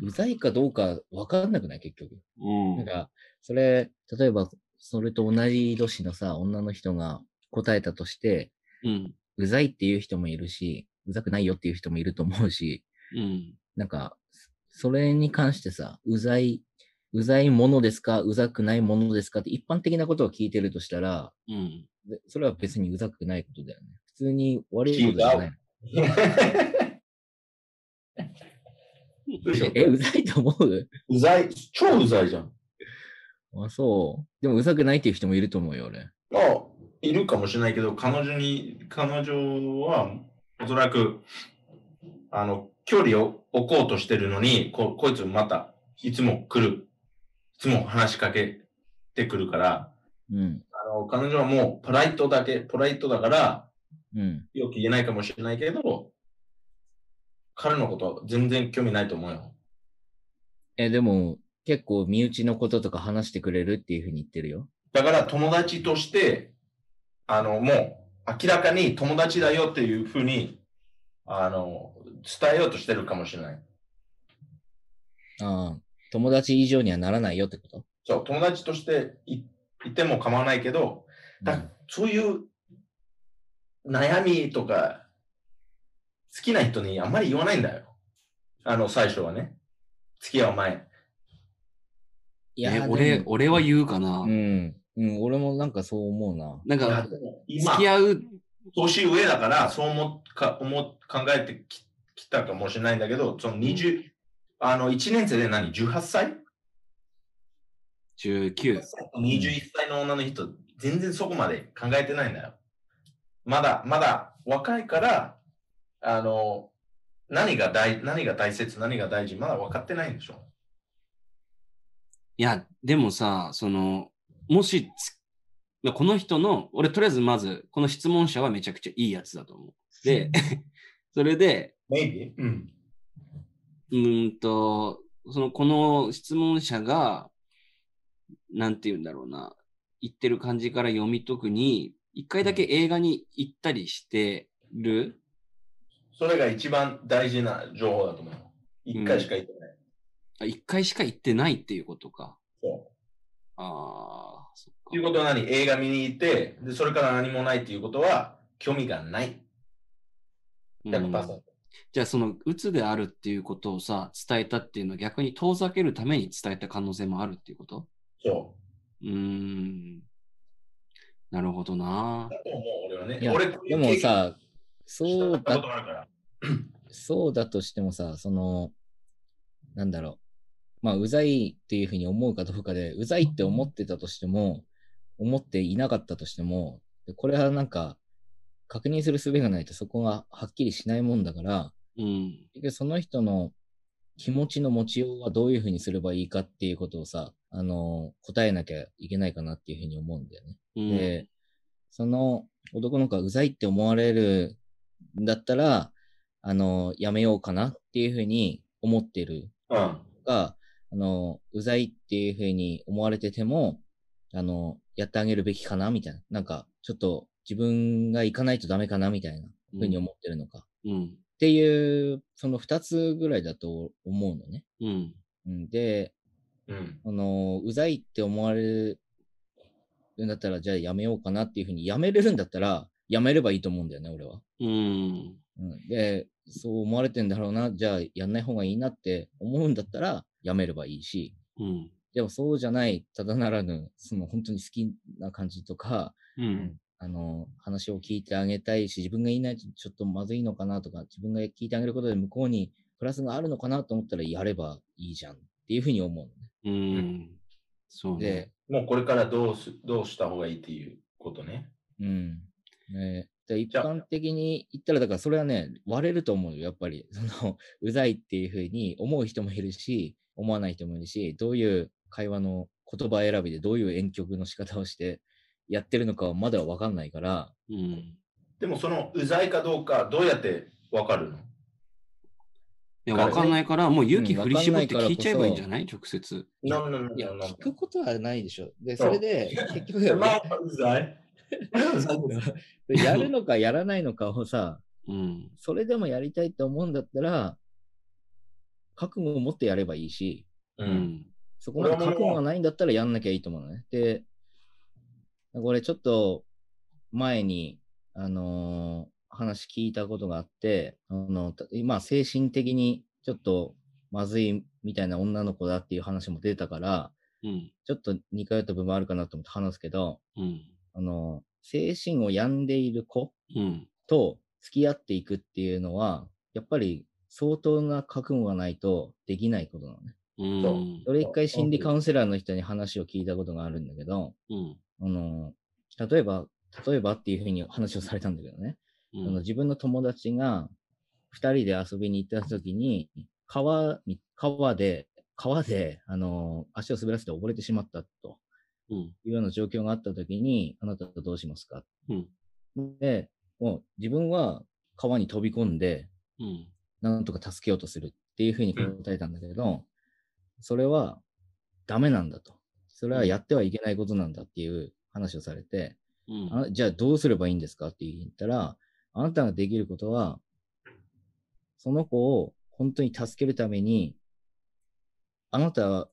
うざいかどうかわかんなくない結局。うんなん。か、それ、例えば、それと同じ年のさ、女の人が答えたとして、うん。うざいっていう人もいるし、うざくないよっていう人もいると思うし、うん。なんか、それに関してさ、うざい、うざいものですか、うざくないものですかって一般的なことを聞いてるとしたら、うん。でそれは別にうざくないことだよね。普通に悪いことじゃない。え、うざいと思う [laughs] うざい、超うざいじゃん。あ、そう。でもうざくないっていう人もいると思うよ、俺。まあ、いるかもしれないけど、彼女に、彼女は、おそらく、あの、距離を置こうとしてるのに、こ、こいつまた、いつも来る。いつも話しかけてくるから、うん。あの、彼女はもう、ポライトだけ、ポライトだから、うん。よく言えないかもしれないけど、彼のこと全然興味ないと思うよ。え、でも、結構身内のこととか話してくれるっていうふうに言ってるよ。だから友達として、あの、もう明らかに友達だよっていうふうに、あの、伝えようとしてるかもしれない。ああ、友達以上にはならないよってことそう、友達としていいても構わないけど、だうんそういう悩みとか、好きな人にあんまり言わないんだよ。あの、最初はね。付き合う前。いえで、も俺、俺は言うかなう。ん。うん、俺もなんかそう思うな。なんいやか、でも付き合う、年上だから、そう思っか思っ考えてききたかもしれないんだけど、その20、あの、1年生で何 ?18 歳19。 ?21 歳の女の人、全然そこまで考えてないんだよ。まだ、まだ若いから、あの、何が大、何が大切、何が大事、まだ分かってないんでしょ。いや、でもさ、その、もしつ、この人の、俺、とりあえずまず、この質問者はめちゃくちゃいいやつだと思う。で、 [laughs] それで、 Maybe? うん。うーんと、その、この質問者が、なんて言うんだろうな、言ってる感じから読み解くに、一回だけ映画に行ったりしてるそれが一番大事な情報だと思う。一回しか言ってない。あ一回しか行ってないっていうことか。そう。ああ、そっというか。ことは何映画見に行って、で、それから何もないっていうことは、興味がない。うん100%。じゃあその鬱であるっていうことをさ伝えたっていうのは逆に遠ざけるために伝えた可能性もあるっていうことそうーんなるほどなう。だと思う、俺はね。いや俺、でも、さ、そそううだことだ、があるから。そうだとしてもさ、その、なんだろう。まあ、うざいっていうふうに思うかどうかで、うざいって思ってたとしても、思っていなかったとしても、これはなんか、確認する術がないとそこがはっきりしないもんだから、うん結局その人の気持ちの持ちようはどういうふうにすればいいかっていうことをさ、あの答えなきゃいけないかなっていうふうに思うんだよね。うでん、その男の子がうざいって思われるんだったら、あのやめようかなっていうふうに思ってるうん。が、あのうざいっていうふうに思われてても、あのやってあげるべきかなみたいな。なんか、ちょっと自分が行かないとダメかなみたいなふうに思ってるのか。うんっていう、その二つぐらいだと思うのね。うんうん、で、うん。あの、うざいって思われるんだったら、じゃあやめようかなっていうふうに、やめれるんだったら、やめればいいと思うんだよね、俺は。うんうん、で、そう思われてんだろうな、じゃあやんない方がいいなって思うんだったら、やめればいいし、うんでもそうじゃない、ただならぬ、その本当に好きな感じとか、うんあの、話を聞いてあげたいし、自分がいないとちょっとまずいのかなとか、自分が聞いてあげることで向こうにプラスがあるのかなと思ったらやればいいじゃんっていうふうに思うのね。うんそうねで、もうこれからどうす、どうした方がいいっていうことね。うん。ねから一般的に言ったら、だからそれはね、割れると思うよ、やっぱり。 [laughs] その、うざいっていうふうに思う人もいるし、思わない人もいるし、どういう会話の言葉選びでどういう婉曲の仕方をしてやってるのかはまだわかんないから、うん。でもそのうざいかどうか、どうやってわかるのいや、彼わかんないから、もう勇気うん振り絞ってわかんないからこそ聞いちゃえばいいんじゃない直接。いや No, no, no, no, いや、 no, no. 聞くことはないでしょ。で、そうそれで、結 [laughs] 局、まあうざ [laughs] い。うざいですやるのかやらないのかをさ、うん。それでもやりたいと思うんだったら、覚悟を持ってやればいいし、う。うんん。そこまで覚悟がないんだったらやんなきゃいいと思うのね。で、これちょっと前に、あのー話聞いたことがあって、あの、た今精神的にちょっとまずいみたいな女の子だっていう話も出たから、うん。ちょっと似通った部分あるかなと思って話すけど、うん。あの、精神を病んでいる子うん。と付き合っていくっていうのは、やっぱり相当な覚悟がないとできないことなのね。うん。そう俺一回心理カウンセラーの人に話を聞いたことがあるんだけど、うん。あの、例えば、例えばっていうふうに話をされたんだけどね、うあのん。自分の友達が二人で遊びに行った時に、川に、川で、川で、あの、足を滑らせて溺れてしまったとうん。いうような状況があった時に、あなたはどうしますかうん。で、もう自分は川に飛び込んで、うん。なんとか助けようとするっていうふうに答えたんだけど、それはダメなんだと。それはやってはいけないことなんだっていう話をされて、うん。あじゃあどうすればいいんですかって言ったら、あなたができることは、その子を本当に助けるために、あなたが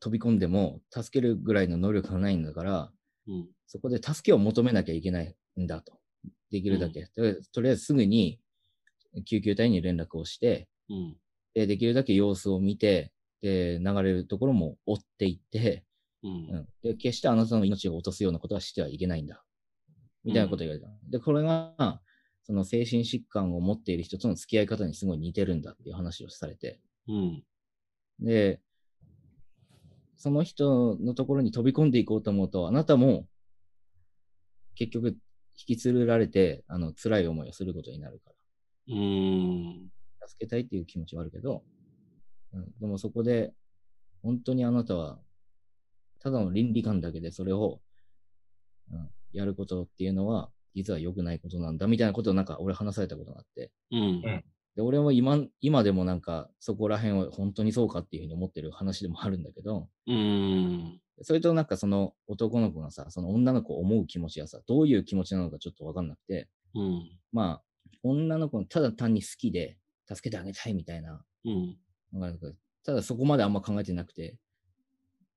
飛び込んでも助けるぐらいの能力がないんだから、うん。そこで助けを求めなきゃいけないんだと。できるだけ。とりあえずとりあえずすぐに救急隊に連絡をして、うん。で、できるだけ様子を見て、で、流れるところも追っていって、 [laughs] うん。うん。で、決してあなたの命を落とすようなことはしてはいけないんだ。みたいなことを言われた。で、これが、その精神疾患を持っている人との付き合い方にすごい似てるんだっていう話をされて。うん。で、その人のところに飛び込んでいこうと思うと、あなたも結局引きつるられて、あの、辛い思いをすることになるから。うん。助けたいっていう気持ちはあるけど、うん、でもそこで、本当にあなたは、ただの倫理観だけでそれを、うん、やることっていうのは、実は良くないことなんだ、みたいなことをなんか俺話されたことがあって。うん。で、俺も今、今でもなんか、そこら辺を本当にそうかっていうふうに思ってる話でもあるんだけど、うん。それとなんかその男の子がさ、その女の子を思う気持ちがさ、どういう気持ちなのかちょっとわかんなくて、うん。まあ、女の子のただ単に好きで、助けてあげたいみたいなうん。わかるわかるただそこまであんま考えてなくて、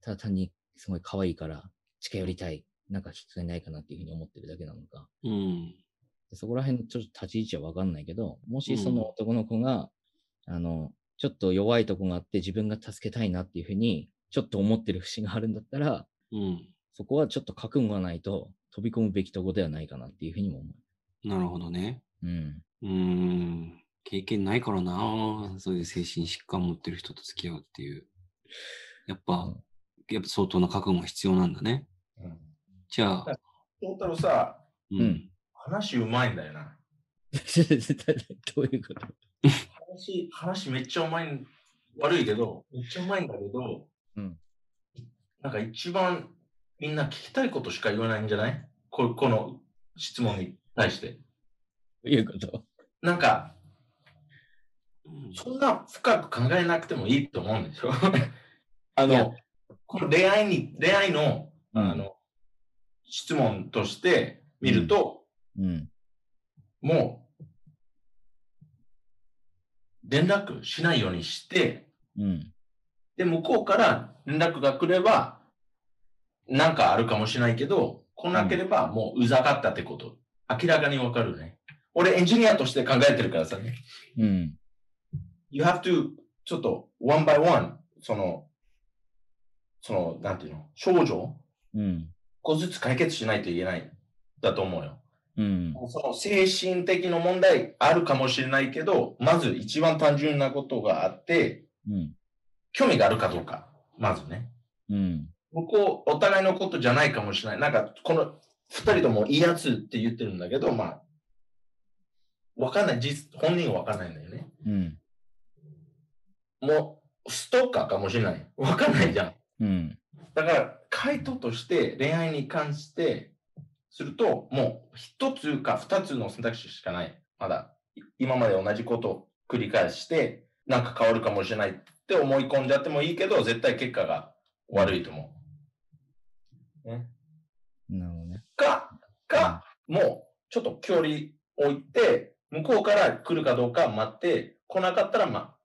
ただ単にすごい可愛いから近寄りたい、なんかきっかけないかなっていうふうに思ってるだけなのか。うん。でそこら辺のちょっと立ち位置はわかんないけど、もうしんその男の子が、あの、ちょっと弱いとこがあって自分が助けたいなっていうふうに、ちょっと思ってる節があるんだったら、うん。そこはちょっと覚悟がないと飛び込むべきとこではないかなっていうふうにも思なるほどね。う。うん。うーん。経験ないからな。そういう精神疾患持ってる人と付き合うっていう。やっう [laughs] ぱん、やっぱ相当な覚悟が必要なんだね。うんじゃあ、トータルさ、ううんん。話うまいんだよな。どういうこと話、話めっちゃうまいん、悪いけど、めっちゃうまいんだけど、うんなんか一番みんな聞きたいことしか言わないんじゃないここの質問に対して。どういうことなんか、そんな深く考えなくてもいいと思うんで [laughs] しょあいやの、この恋愛に、恋愛の、うんあの、質問として見ると、うん。もう、連絡しないようにして、うん。で、向こうから連絡が来れば、なんかあるかもしれないけど、来なければもううざかったってこと。明らかにわかるね。俺エンジニアとして考えてるからさね。うん。 you have to ちょっと one by one その、その、なんていうの、症状うん。個ずつ解決しないといけない、だと思うよ。うん。その精神的な問題あるかもしれないけど、まず一番単純なことがあって、うん。興味があるかどうか、まずね。うん。向こう、お互いのことじゃないかもしれない。なんか、この二人ともいいやつって言ってるんだけど、まあ、わかんない。実本人はわかんないんだよね。うん。もう、ストーカーかもしれない。わかんないじゃん。うん。だから、回答として恋愛に関してすると、もう一つか二つの選択肢しかない。まだ、い今まで同じことを繰り返して、なんか変わるかもしれないって思い込んじゃってもいいけど、絶対結果が悪いと思なるほどね。う。か、か、もうちょっと距離置いて、向こうから来るかどうか待って、来なかったら、まあ、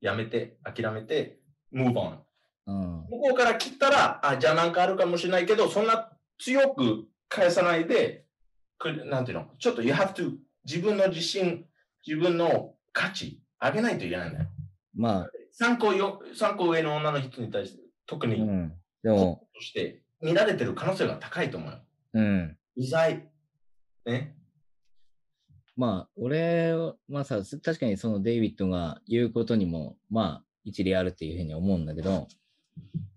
やめて、諦めて、ムーブオン。うん。向こうから切ったら、あ、じゃあなんかあるかもしれないけど、そんな強く返さないで、くなんていうの、ちょっと you have to 自分の自信、自分の価値、上げないといけないんだよ。まあ、参考よ、参考上の女の人に対して、特うに、ん。でも、そして、見られてる可能性が高いと思うよ。うん。うざい。ね。まあ、俺は、まあさ、す確かにそのデイビッドが言うことにも、まあ、一理あるっていうふうに思うんだけど、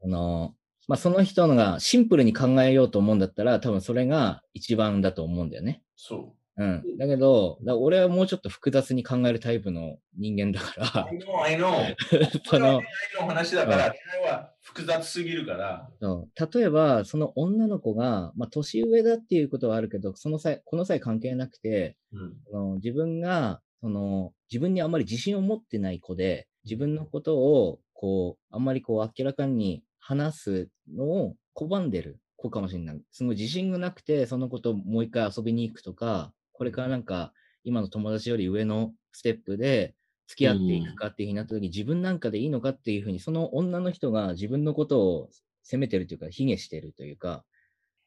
あの、まあその人のがシンプルに考えようと思うんだったら、多分それが一番だと思うんだよね。そうん。だけど、だ俺はもうちょっと複雑に考えるタイプの人間だかう。I know, I know. ら、そそれはの恋、愛の話だから、恋愛は複雑すぎるから、そう例えば、その女の子が、まあ、年上だっていうことはあるけど、その際、この際関係なくて、うん。あの自分が、その、自分にあんまり自信を持ってない子で、自分のことを、こう、あんまりこう、明らかに話すのを拒んでる子かもしれない。すごい自信がなくて、その子ともう一回遊びに行くとか、これからなんか、今の友達より上のステップで、付き合っていくかっていうふうになった時、自分なんかでいいのかっていうふうに、その女の人が自分のことを責めてるというか、卑下してるというか、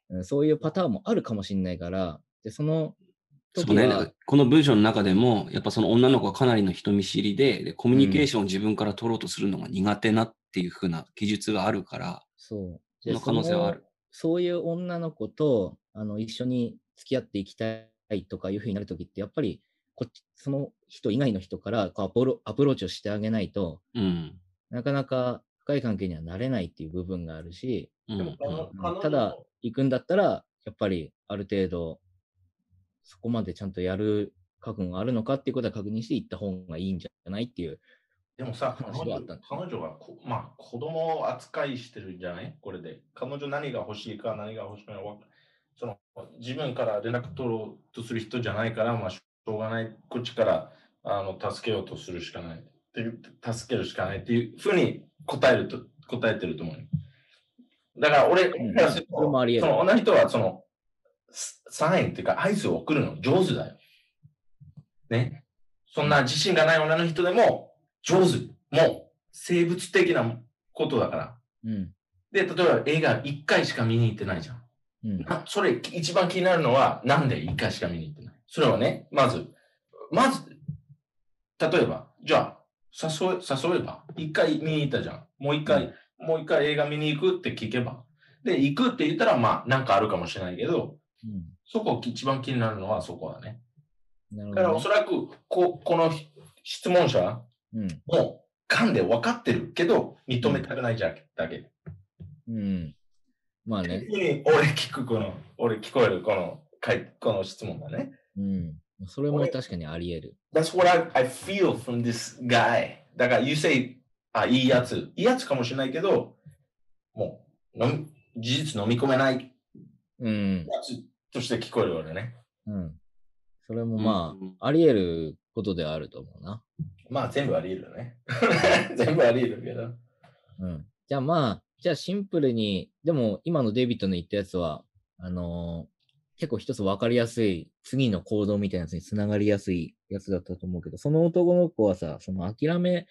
うんそういうパターンもあるかもしれないから、で、そのそう時ね、は、この文章の中でも、やっぱその女の子はかなりの人見知りで、でコミュニケーションを自分から取ろうとするのが苦手なっていう風な記述があるから、そう。そでの可能性はある。そのそういう女の子とあの一緒に付き合っていきたいとかいうふうになるときって、やっぱりこっちその人以外の人からこうアプロアプローチをしてあげないとうん。なかなか深い関係にはなれないっていう部分があるし、うんでも彼女、彼女ただ行くんだったら、やっぱりある程度そこまでちゃんとやる覚悟があるのかっていうことは確認して行った方がいいんじゃないっていう。でもさ、彼話があ女ったんです彼女がこ、まあ、子供を扱いしてるんじゃないこれで。彼女何が欲しいか何が欲しくないかわかその自分から連絡取ろうとする人じゃないから、まあ、しょうがない。こっちからあの助けようとするしかない。っていう助けるしかないっていうふうに答えると答えてると思うよ。だから俺、んからするとそれもあり得そるの女人はそのスサインっていうか合図を送るの上手だよ。ね。そんな自信がない女の人でも上手。もう生物的なことだから。うん。で、例えば映画1回しか見に行ってないじゃん。うん。なそれ一番気になるのはなんで1回しか見に行ってないそれはね、まず、まず、例えば、じゃあ、誘え、誘えば、1回見に行ったじゃん。もう1回、もう一回映画見に行くって聞けば。で、行くって言ったら、まあ、なんかあるかもしれないけど、うんそこ一番気になるのはそこだね。なだるほからどおねそらく、ここの質問者うん。も勘で分かってるけど、認めたくないじゃだけ。うん。まあね。俺聞く、この、俺聞こえる、この、かいこの質問だね。うん。それも俺確かにあり得る。 That's what I, I feel from this guy. だから、you say, あ、いいやつ。いいやつかもしれないけど、もう、飲み事実飲み込めないうん。やつとして聞こえる俺ね。うん。それもうんまうんあ、あり得ることではあると思うな。まあ、全部あり得る [laughs] ね。全部あり得るけど。うん。じゃあまあ、じゃあシンプルに、でも今のデイビッドの言ったやつは、あのー結構一つ分かりやすい、次の行動みたいなやつにつながりやすいやつだったと思うけど、その男の子はさ、その諦め、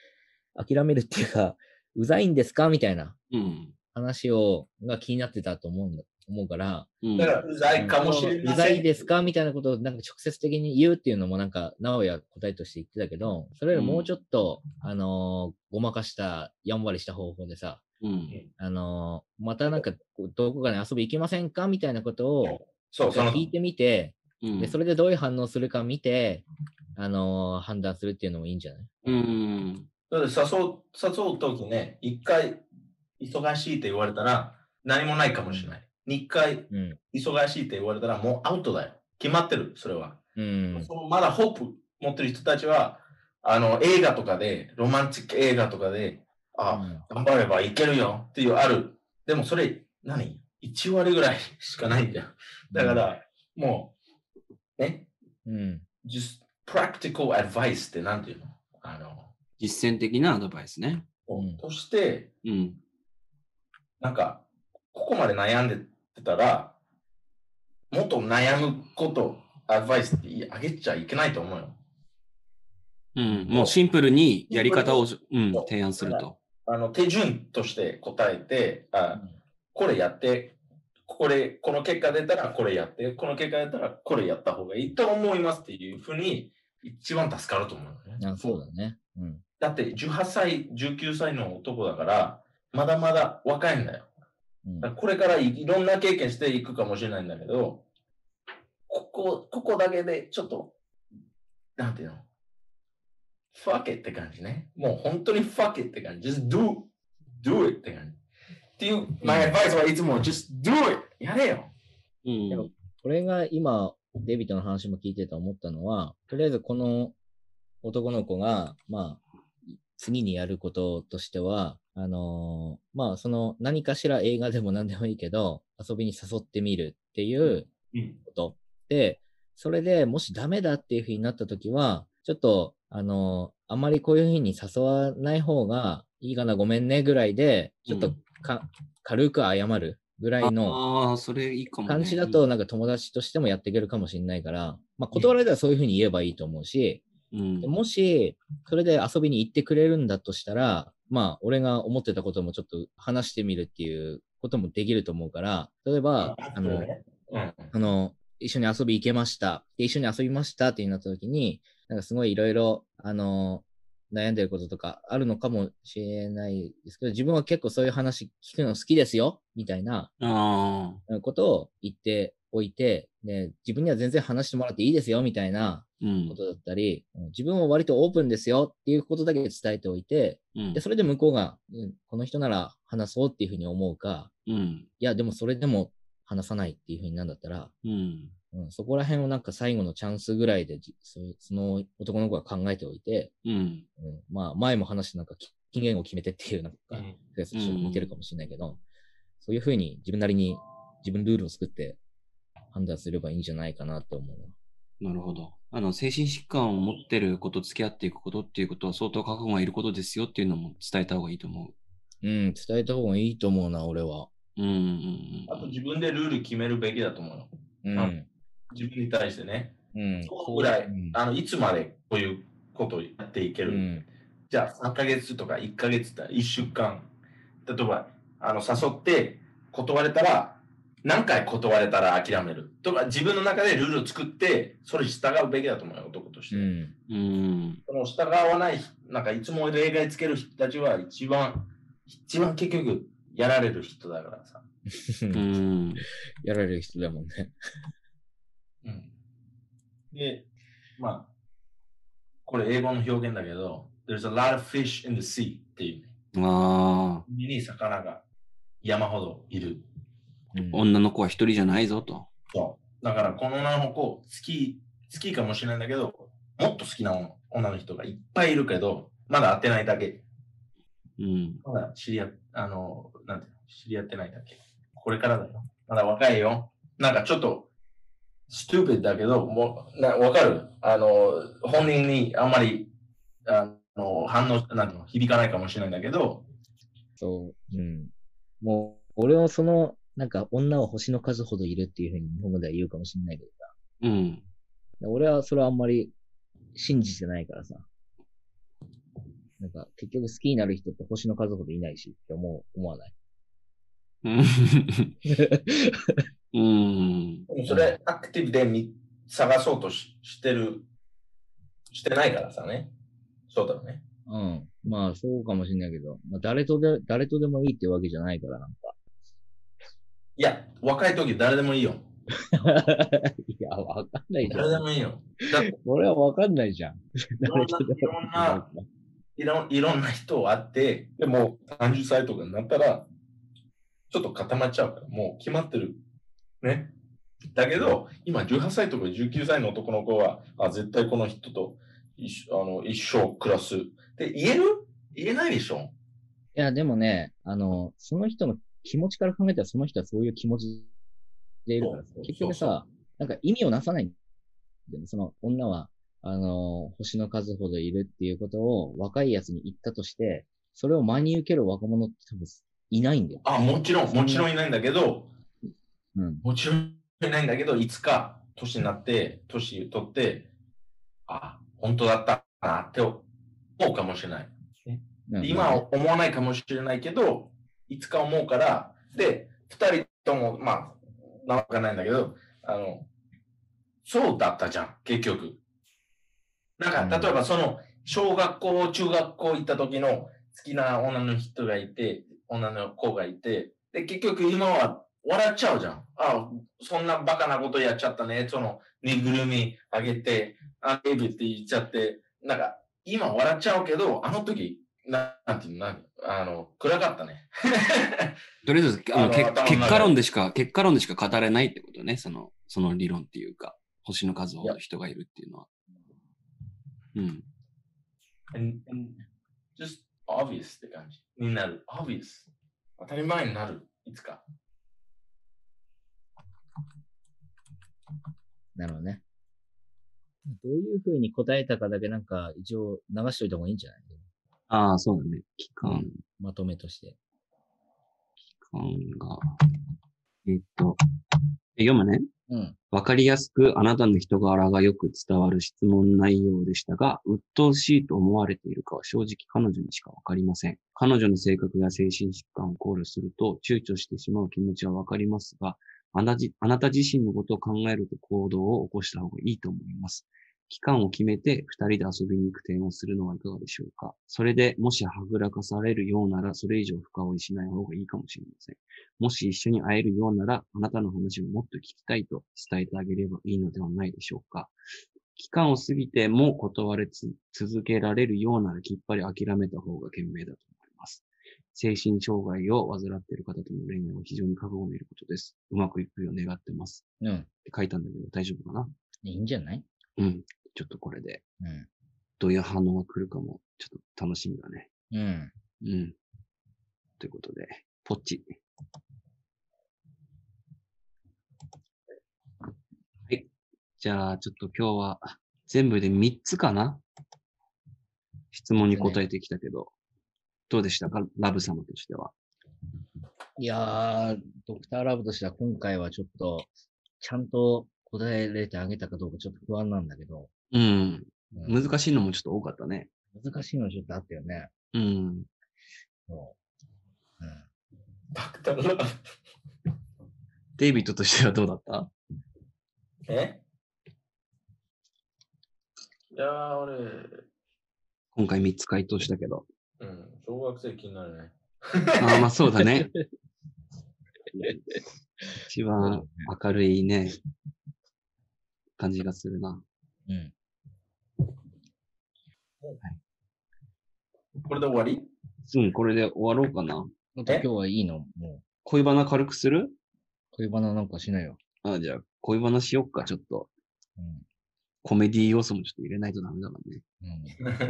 諦めるっていうか、うざいんですかみたいなうん。話を、が気になってたと思うんだ、思うから、うんだから、うざいかもしれません。うざいですかみたいなことをなんか直接的に言うっていうのもなんか、直哉答えとして言ってたけど、それよりもうちょっと、あのーごまかした、やんわりした方法でさ、うんあのーまたなんか、こうどこかに遊び行きませんかみたいなことをそう、その、聞いてみて、うんで、それでどういう反応するか見て、あのー判断するっていうのもいいんじゃないうん。だって誘う、誘うときね、一回、忙しいって言われたら、何もないかもしれない。二回、うん。忙しいって言われたら、もうアウトだよ。決まってる、それは。うん。そのまだホープ持ってる人たちは、あの、映画とかで、ロマンチック映画とかで、うあ、ん頑張ればいけるよっていうある。でもそれ、何 ?1 割ぐらいしかないんだよ。だから、もう、ね、うん。 just practical advice ってなんていうのあの、実践的なアドバイスね。うんとして、うん。なんか、ここまで悩んでたら、もっと悩むこと、アドバイスってあげちゃいけないと思うよ。うん。もうシンプルにやり方を、うんそう、提案すると。あの、手順として答えて、あこれやって、これ、この結果出たらこれやって、この結果出たらこれやった方がいいと思いますっていうふうに、一番助かると思うよね。あそうだね。うん。だって、18歳、19歳の男だから、まだまだ若いんだよ。うんだからこれからいいろんな経験していくかもしれないんだけど、ここ、ここだけでちょっと、なんていうの ?fuck it って感じね。もう本当に fuck it って感じ。just do, do it って感じ。っていう、my advice はいつも just do it! やれようでんも。これが今、デビットの話も聞いてて思ったのは、とりあえずこの男の子が、まあ、次にやることとしては、あのーまあ、その何かしら映画でも何でもいいけど、遊びに誘ってみるっていううん。こと。で、それでもしダメだっていうふうになったときは、ちょっと、あのーあんまりこういうふうに誘わない方がいいかな、ごめんねぐらいで、ちょっうとんか、軽く謝るぐらいの、ああ、それいいかも、ね。感じだと、なんか友達としてもやっていけるかもしれないから、まあ、断られたらそういうふうに言えばいいと思うし、うん、もし、それで遊びに行ってくれるんだとしたら、まあ、俺が思ってたこともちょっと話してみるっていうこともできると思うから、例えば、あの、うん。あの、一緒に遊び行けました。で、一緒に遊びましたってなった時に、なんかすごいいろいろ、あの、悩んでることとかあるのかもしれないですけど、自分は結構そういう話聞くの好きですよ、みたいな、ああ、ことを言っておいて、で、自分には全然話してもらっていいですよ、みたいなうんこ。とだったり、うん自分は割とオープンですよっていうことだけ伝えておいて、うんで、それで向こうが、うんこの人なら話そうっていうふうに思うか、うん。いや、でもそれでも話さないっていうふうになんだったら、うん。うん、そこら辺をなんか最後のチャンスぐらいでじ、そうその男の子が考えておいて、うん。うん、まあ、前も話してなんかき期限を決めてっていうなんか、うんとりあえずちょっと似てるかもしれないけど、そういうふうに自分なりに自分ルールを作って判断すればいいんじゃないかなって思うな。なるほど。あの、精神疾患を持ってる子と付き合っていくことっていうことは相当覚悟がいることですよっていうのも伝えた方がいいと思うん、伝えた方がいいと思うな、俺は。う。うんうんあと自分でルール決めるべきだと思うよ。うん。自分に対してね。うん。こうぐらうい、ん。あの、いつまでこういうことをやっていけうる、ん。じゃあ3ヶ月とか1ヶ月だ、1週間。例えば、あの、誘って断れたら、何回断れたら諦める。とか、自分の中でルールを作って、それ従うべきだと思うよ、男として。うん。うん。うん。その従わない、なんかいつも例外つける人たちは一番、一番結局やられる人だからさ。うん。 [laughs] やられる人だもんね。うんで、まあ、これ英語の表現だけど、there's a lot of fish in the sea っていうね。ああ、海に魚が山ほどいる。うん。女の子は一人じゃないぞと。そう。だから、この女の子、好き、好きかもしれないんだけど、もっと好きな女女の人がいっぱいいるけど、まだ会ってないだけ。うん。まだ知り合っ、あの、なんていうの、知り合ってないだけ。これからだよ。まだ若いよ。なんかちょっと、ストゥーペッドだけど、もう、なわかるあの、本人にあんまり、あの、反応、なんていうの、響かないかもしれないんだけど、そう。うん。もう、俺はその、なんか女は星の数ほどいるっていうふうに日本語では言うかもしれないけどさうん。で俺はそれはあんまり信じてないからさ。なんか、結局好きになる人って星の数ほどいないしって思う、思わない。 [laughs] うん。うん。でもそれ、アクティブで見探そうとししてる、してないからさね。そうだよね。うん。まあ、そうかもしれないけど、まあ、誰とで、誰とでもいいってわけじゃないから、なんいや、若い時誰でもいいよ。か。 [laughs] いや、わかんないじゃ誰でん。もいいよ。だって俺はわかんないじゃん。いろん [laughs] な、いろんな、いろんいろんな人を会って、でもう30歳とかになったら、ちょっと固まっちゃうから、もう決まってる。ね。だけど、今18歳とか19歳の男の子は、あ、絶対この人と一緒あの一生暮らす。で、言える言えないでしょいや、でもね、あの、その人の気持ちから考えたら、その人はそういう気持ちでいるからさそう結局そうそさ、なんか意味をなさないんだよね。その女は、あの、星の数ほどいるっていうことを若いやつに言ったとして、それを真に受ける若者って多分いないんだよ。あ、もちろん、もちろんいないんだけど、うん。もちろんいないんだけど、いつか年になって、年取って、あ、本当だったなって思うかもしれない。うん今は思わないかもしれないけど、いつか思うから、で、二人とも、まあ、なんかないんだけど、あの、そうだったじゃん、結局。なんか、うん例えばその、小学校、中学校行った時の好きな女の人がいて、女の子がいて、で、結局今は笑っちゃうじゃん。あ、そんなバカなことやっちゃったね、その、ぬいぐるみあげて、あげるって言っちゃって、なんか、今笑っちゃうけど、あの時、ななんていうの、なんあの、暗かったね。とりあえず、ああののけ頭の中で結果論でしか、結果論でしか語れないってことね。その、その理論っていうか、星の数ほど人がいるっていうのは。うん。 and, and just obvious って感じになる。obvious。当たり前になる。いつか。なるほどね。どういうふうに答えたかだけなんか、一応流しといた方がいいんじゃないああ、そうだね。期間、まとめとして。期間が。えっと、え読むね。うん。わかりやすくあなたの人柄がよく伝わる質問内容でしたが、鬱陶しいと思われているかは正直彼女にしかわかりません。彼女の性格や精神疾患を考慮すると躊躇してしまう気持ちはわかりますが、あなじあなた自身のことを考えると行動を起こした方がいいと思います。期間を決めて二人で遊びに行く点をするのはいかがでしょうかそれでもしはぐらかされるようならそれ以上深追いしない方がいいかもしれません。もし一緒に会えるようなら、あなたの話をもっと聞きたいと伝えてあげればいいのではないでしょうか。期間を過ぎても断れつ続けられるようならきっぱり諦めた方が賢明だと思います。精神障害を患っている方との恋愛は非常に覚悟を見ることです。うまくいくよう願ってます。うん。って書いたんだけど大丈夫かないいんじゃないうん。ちょっとこれでうん。どういう反応が来るかもちょっと楽しみだね。うん。うん。ということで、ポッチ。はい。じゃあ、ちょっと今日は全部で3つかな質問に答えてきたけど、どうでしたかラブ様としては。いやー、ドクターラブとしては今回はちょっと、ちゃんと答えれてあげたかどうかちょっと不安なんだけど。うん。うん難しいのもちょっと多かったね。難しいのちょっとあったよね。うん。そう。うん。バク [laughs] タルラデイビッドとしてはどうだったえいやー、俺、今回3つ回答したけ [laughs] ど。うん、小学生気になるね。ああ、まあそうだ [laughs] ね。一番明るいね、感じがするな。うん。これで終わりうん、これで終わろうかな。ほんと今日はいいのもう、恋バナ軽くする恋バナなんかしないよ。あじゃあ、恋バナしよっか、ちょっと。うん。コメディ要素もちょっと入れないとダメだか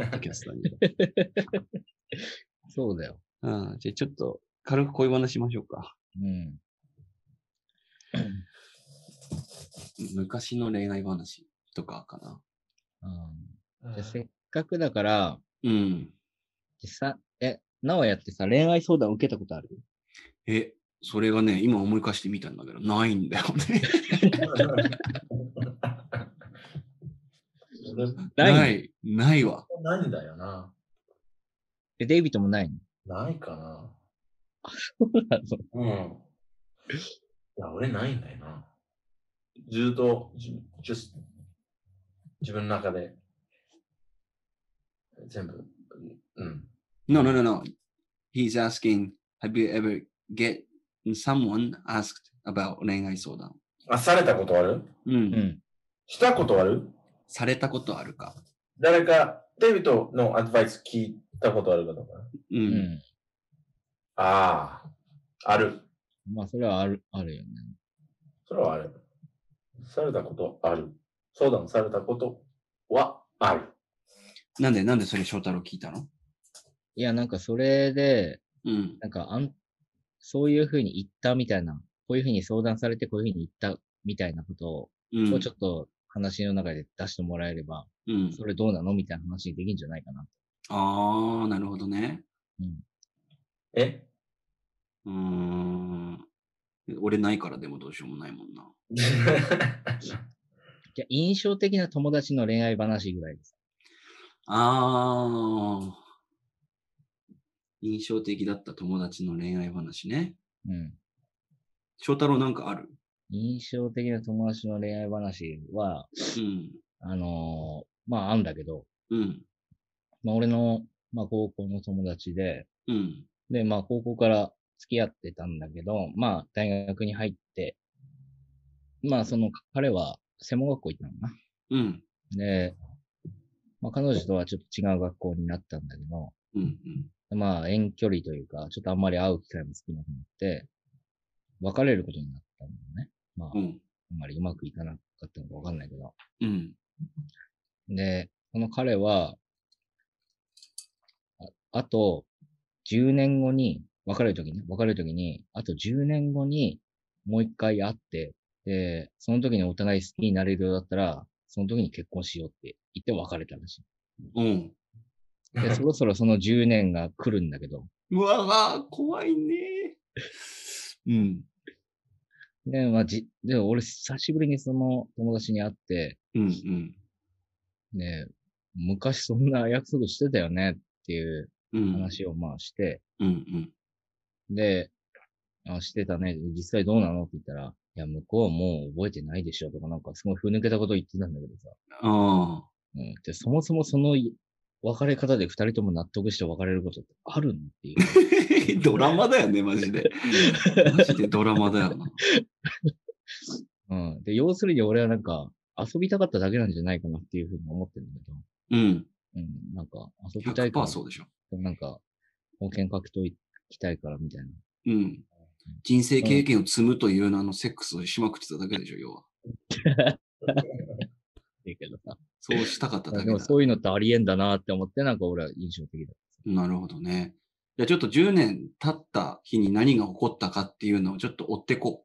らね。うん、キャスターに。 [laughs] そうだよ。うん、じゃあちょっと、軽く恋バナしましょうか。うん。昔の恋愛話とかかな。あ [laughs] ーじゃあせっかくだから、うん。でさ、え、なおやってさ、恋愛相談受けたことあるえ、それがね、今思い返してみたんだけど、ないんだよね。俺 [laughs] ないない、ないわ。ないんだよな。え、デイビッドもないのないかな。 [laughs] なのうん。いや、俺ないんだよな。ずっと、じ just 自分の中で、全部、うん。 No, no, no, no. He's asking, have you ever get someone asked about 恋愛相談あ、されたことあるう。うんん。したことあるされたことあるか。誰か、デイビッドのアドバイス聞いたことあるかどうかな。う。うんん。ああ、ある。まあ、それはある、あるよね。それはある。されたことある。相談されたことはある。なんで、なんでそれ翔太郎聞いたのいや、なんかそれで、うん。なんかあん、そういうふうに言ったみたいな、こういうふうに相談されてこういうふうに言ったみたいなことを、うん。もうちょっと話の中で出してもらえれば、うん、それどうなのみたいな話にできるんじゃないかな。ああ、なるほどね。うん。え [laughs] うーん。俺ないからでもどうしようもないもんな。じゃあ印象的な友達の恋愛話ぐらいです。ああ。印象的だった友達の恋愛話ね。うん。翔太郎なんかある印象的な友達の恋愛話は、うん。あのーまあ、あんだけど、うん。まあ、俺の、まあ、高校の友達で、うん。で、まあ、高校から付き合ってたんだけど、まあ、大学に入って、まあ、その、彼は専門学校行ったのかうん。な。で、まあ、彼女とはちょっと違う学校になったんだけど、うん。うん。まあ、遠距離というか、ちょっとあんまり会う機会も少なくなって、別れることになったんだよね。まあ、うあんん。まりうまくいかなかったのかわかんないけど。うん。で、この彼は、ああと、10年後に、別れるときに、別れるときに、あと10年後に、もう一回会って、で、その時にお互い好きになれるようだったら、その時に結婚しようって言って別れたらしうん。い。 [laughs] で、そろそろその10年が来るんだけど、うわー、怖いね。うん。で、まあ、じ、で、俺、久しぶりにその友達に会って、うん。うん。ね、昔そんな約束してたよねっていううん。話をまあして、うん。うん。で、あしてたね、実際どうなのって言ったら、いや、向こうはもう覚えてないでしょとか、なんかすごいふぬけたこと言ってたんだけどさ。 [laughs] ああ。うん。で、そもそもそのい別れ方で二人とも納得して別れることってあるのってい [laughs] う。ドラマだよね、マジで。マジでドラマだよな。うん。で、要するに俺はなんか、遊びたかっただけなんじゃないかなっていうふうに思ってるんだけど、うん。うん。なんか、遊びたいか100%ら。そうでしょ。なんか、保険かけときたいからみたいな。うん。人生経験を積むという名のセックスをしまくってただけでしょ、要は。いいけどさ。そうしたかっただでけもだ。そういうのってありえんだなって思って、なんか俺は印象的だ。なるほどね。じゃあちょっと10年経った日に何が起こったかっていうのをちょっと追って [laughs] こう。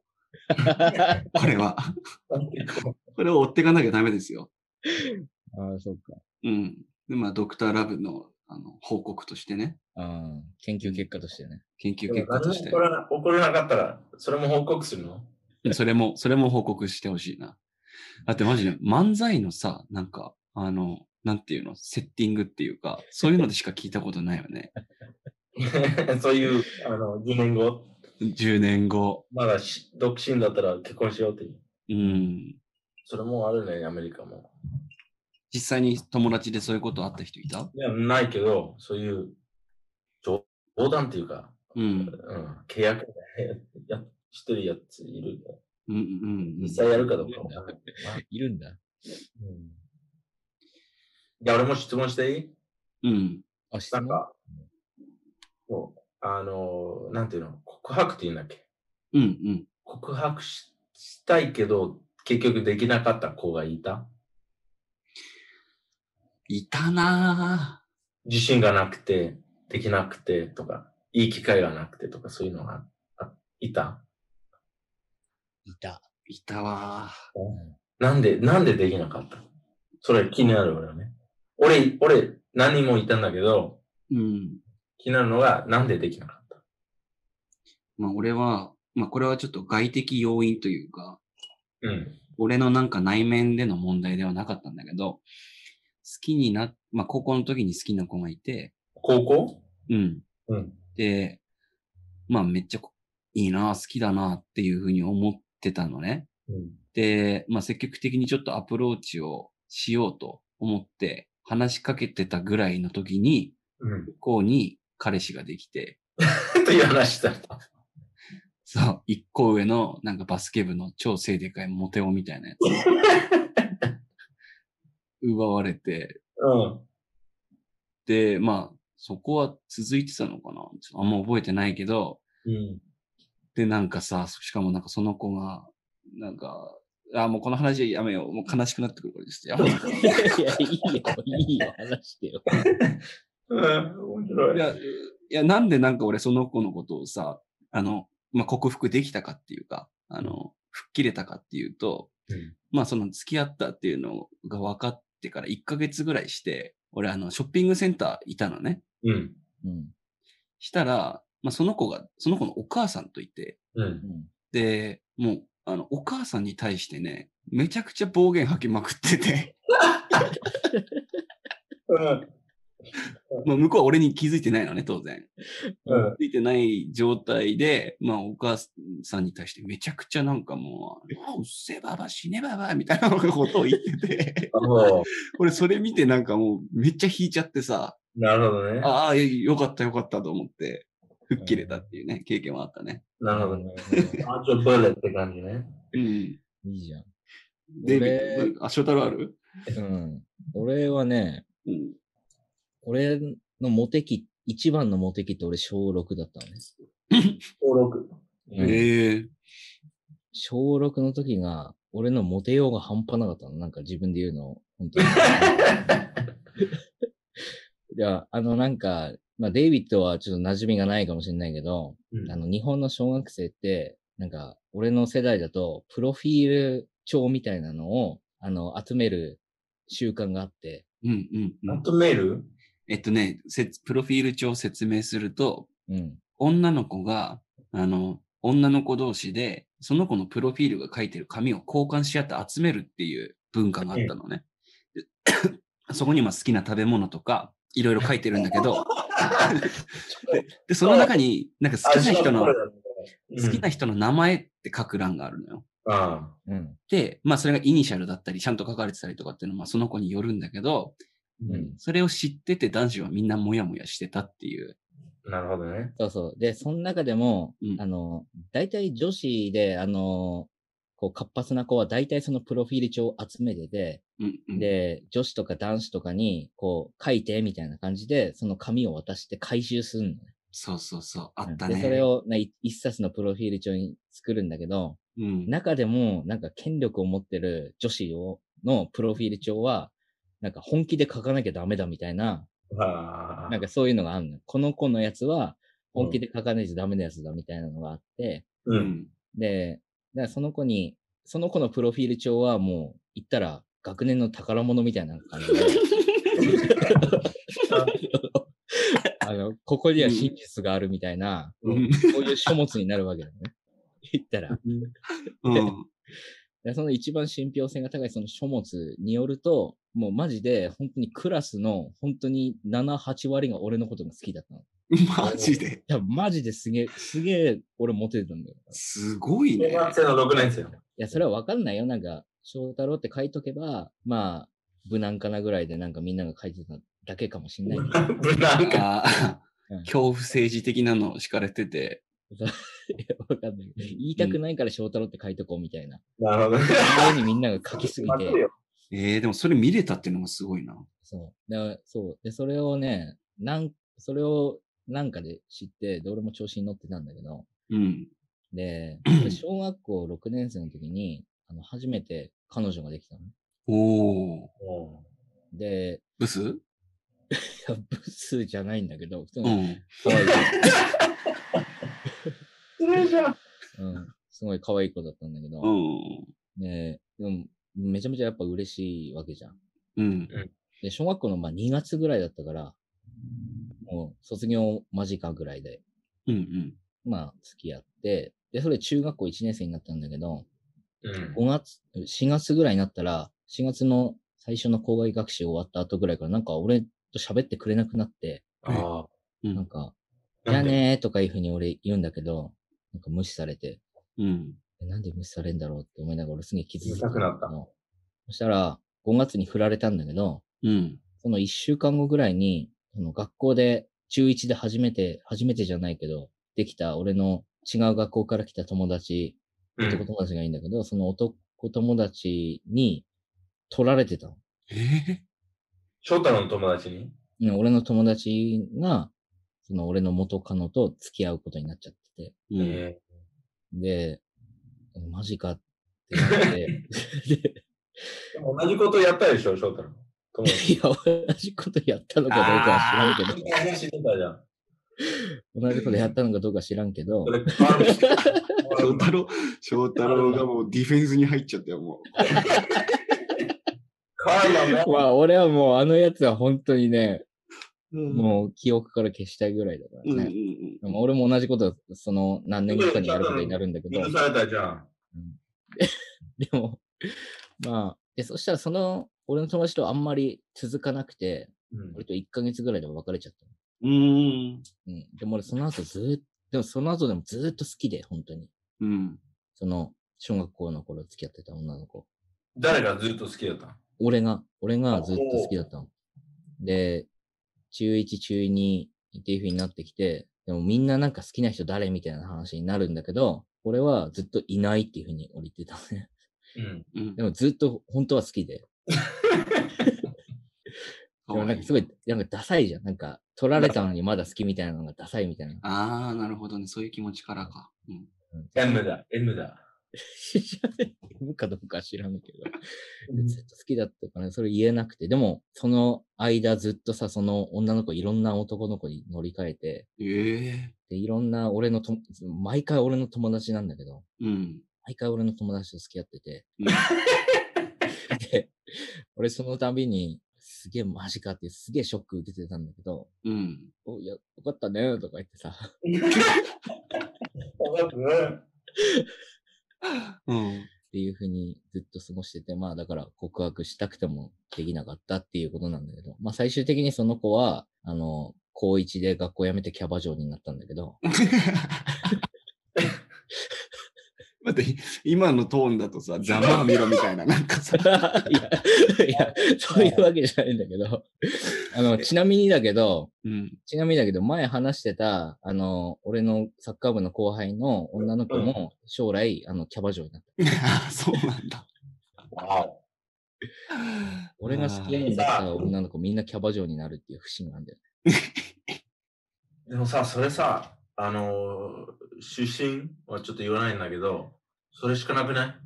これは。これを追っていかなきゃダメですよ。ああ、そうか。うん。で、まあ、ドクターラブのあの報告としてね、ああ、研究結果としてね。研究結でも果と何もし起てこ、らな起こらなかったら、それも報告するの [laughs] それも、それも報告してほしいな。だってマジで漫才のさ、なんか、あの、なんていうの、セッティングっていうか、そういうのでしか聞いたことないよね。 [laughs] そういう、あの、2年後、 10年後。まだし独身だったら結婚しようっていう。うん。それもあるね、アメリカも。実際に友達でそういうことあった人いたいや、ないけど、そういう、冗冗談っていうか、うん。うん、契約やしてるやついる。うんうんうん実。際やるかどうかわかんない。 [laughs] いるんだ。うんいや、俺も質問していいうん。あ、質なん問か、そう、あの、なんていうの、告白って言うんだっけうんうん。告白ししたいけど、結局できなかった子がいたいたな自信がなくて、できなくてとか、いい機会がなくてとか、そういうのがあいたいた。ぁ。いたわぁ。なんで、なんでできなかったそれ気になる俺はね。俺、俺、何人もいたんだけど、うん。気になるのが、なんでできなかったまあ俺は、まあこれはちょっと外的要因というか、うん。俺のなんか内面での問題ではなかったんだけど、好きにな、まあ高校の時に好きな子がいて、高校うん。うん。で、まあめっちゃこいいなぁ、好きだなぁっていうふうに思ってたのね。うん。で、まあ、積極的にちょっとアプローチをしようと思って話しかけてたぐらいの時に、うん。向こうに彼氏ができて、 [laughs] っていう話だった。そう、一個上のなんかバスケ部の超背でかいモテ男みたいなやつに奪われて、うん。で、まあ、そこは続いてたのかなちょっとあんま覚えてないけど、うん。で、なんかさ、しかもなんかその子が、なんか、あ、もうこの話やめよう。もう悲しくなってくるからです。やめよいやいや、いいよ、いいよ、話して [laughs] よ。うん、面うい白や、い。いや、なんでなんか俺その子のことをさ、あの、まあ、克服できたかっていうか、あの、吹っ切れたかっていうと、うんまあその付き合ったっていうのが分かってから1ヶ月ぐらいして、俺あの、ショッピングセンターいたのね。うん。うん。したら、まあその子が、その子のお母さんといて、うん。で、もう、あの、お母さんに対してね、めちゃくちゃ暴言吐きまくってて、うん。まあ向こうは俺に気づいてないのね、当然。うん。ついてない状態で、まあ、お母さんに対してめちゃくちゃなんかもう、あうっせばば死ねばばみたいなことを言ってて、 [laughs] あ俺それ見てなんかもうめっちゃ引いちゃってさ、なるほどね。ああ、よかったよかったと思って、吹っ切れたっていうね、経験はあったね。なるほどね。アンチョブレって感じね。うん。いいじゃん。デイビッド俺あ、翔太郎あるうん。俺はね、うん。俺のモテ期、一番のモテ期って俺小6だったのね。登録。うんええ小6の時が、俺のモテようが半端なかったの。なんか自分で言うの、[laughs] 本当に。いや、あのなんか、まあデイビッドはちょっと馴染みがないかもしれないけど、うんあの日本の小学生って、なんか俺の世代だと、プロフィール帳みたいなのを、あの、集める習慣があって、うんうんうまん。とめるえっとね、せつプロフィール帳を説明すると、うん。女の子が、あの、女の子同士で、その子のプロフィールが書いてる紙を交換し合って集めるっていう文化があったのね。で [coughs] そこにまあ好きな食べ物とか、いろいろ書いてるんだけど、ででその中に、なんか好きな人の、好きな人の名前って書く欄があるのよ。あうん。で、まあそれがイニシャルだったり、ちゃんと書かれてたりとかっていうのは、まあその子によるんだけど、うんうん。それを知ってて男子はみんなモヤモヤしてたっていう。なるほどね。そうそう。で、その中でも、うんあの、大体女子で、あの、こう、活発な子は大体そのプロフィール帳を集めてて、うんうん、で、女子とか男子とかに、こう、書いて、みたいな感じで、その紙を渡して回収するのね。そうそうそう、あうんったね。で、それを、ね、い一冊のプロフィール帳に作るんだけど、うん、中でも、なんか権力を持ってる女子を、のプロフィール帳は、なんか本気で書かなきゃダメだみたいな、あなんかそういうのがあるの。この子のやつは、本気で書かないとダメなやつだみたいなのがあって、う。うんん。で、だからその子に、その子のプロフィール帳はもう、言ったら学年の宝物みたいな感じで。あの、ここには真実があるみたいな、ううんん。こういう書物になるわけだよね。言ったら。だか [laughs] うん。らその一番信憑性が高いその書物によると、もうマジで本当にクラスの本当に7、8割が俺のことが好きだったの。マジ [laughs] でいや、マジですげえ、すげえ俺モテてたんだよ。すごいね小。学生の6年生。いや、それはわかんないよ。なんか、翔太郎って書いとけば、まあ、無難かなぐらいで、なんかみんなが書いてただけかもしんないけど。無難か。あー [laughs] うん恐怖政治的なのを敷かれてて、いや [laughs] わかんないけど。言いたくないから翔太郎って書いとこうみたいな。なるほどね。そのようにみんなが書きすぎ待ってて。よえー、でもそれ見れたっていうのがすごいな。そう。だからそう。で、それをね、なん、それをなんかで知って、で、俺も調子に乗ってたんだけど。うん。で、小学校6年生の時に、あの、初めて彼女ができたのね。おー。もで、ブスいやブスじゃないんだけど、普通うにん。可愛い子。うそれじゃん。うん。すごい可愛い子だったんだけど。うん。ねえ、でも、めちゃめちゃやっぱ嬉しいわけじゃん。うん。で、小学校のまあ2月ぐらいだったから、もう卒業間近ぐらいで、うん。うん。まあ付き合って、で、それ中学校1年生になったんだけど、うん5月、4月ぐらいになったら、4月の最初の校外学習終わった後ぐらいから、なんか俺と喋ってくれなくなって、あうんなんか、あ。じゃあ。ねーとかいうふうに俺言うんだけど、なんか無視されて、うん。えなんで無視されんだろうって思いながら俺すげえ傷ついてんだ痛くなけどそしたら、5月に振られたんだけど、うん。その一週間後ぐらいに、その学校で、中1で初めて、初めてじゃないけど、できた俺の違う学校から来た友達、うん男友達がいいんだけど、その男友達に取られてたの。え翔太郎の友達にね俺の友達が、その俺の元カノと付き合うことになっちゃってて。ーうん。えで、マジかっってなって、でも同じことやったでしょ、翔太郎。友 [laughs] 達いや、同じことやったのかどうかは知らんけど、話してたじゃん。同じことやったのかどうか知らんけどそ、れ、パールしてた翔太郎、翔太郎がもうディフェンスに入っちゃったよ、もカーマンだまあ、俺はもうあのやつは本当にね、う。うんもう記憶から消したいぐらいだからうんうね。んでも俺も同じこと、その何年後かにやることになるんだけど許、されたじゃん。 [laughs] でも、まあ、で、そしたらその、俺の友達とあんまり続かなくて、うん俺と1ヶ月ぐらいで別れちゃった。うん。うん。でも俺その後ずーっと、でもその後でもずーっと好きで、本当に。うん。その、小学校の頃付き合ってた女の子。誰がずっと好きだったの俺が、俺がずっと好きだったの。で、中1、中2っていう風になってきて、でもみんななんか好きな人誰みたいな話になるんだけど、俺はずっといないっていう風に俺言ってたのね。うん。うんで。もずっと本当は好きで。でもなんかすごい、なんかダサいじゃん。なんか、取られたのにまだ好きみたいなのがダサいみたいな。ああ、なるほどね。そういう気持ちからか。うん。 M だ、M だ。知らない。M かどうかは知らないけど。ずっと好きだったから、それ言えなくて。でも、その間ずっとさ、その女の子いろんな男の子に乗り換えて、ええで、いろんな俺のと、毎回俺の友達なんだけど、うん。毎回俺の友達と付き合ってて、うんで、俺その度に、すげえマジかってすげえショック受けてたんだけど、うん。お、いや、よかったね、とか言ってさ、 [laughs] うん。って [laughs] いうふうにずっと過ごしてて、まあだから告白したくてもできなかったっていうことなんだけど、まあ最終的にその子は、あの、高一で学校辞めてキャバ嬢になったんだけど、 [laughs] 待って、今のトーンだとさ、ざまあみろみたいな、なんか [laughs] さ、いや、いやそういうわけじゃないんだけど、 [laughs] あの、ちなみにだけど、うん。ちなみにだけど、前話してた、あの、俺のサッカー部の後輩の女の子も将来、あの、キャバ嬢になった。 [laughs] あそうなんだ。わお俺が好き合いになった女の子みんなキャバ嬢になるっていう不審なんだよね。でもさ、それさ、あのー出身はちょっと言わないんだけど、それしかなくな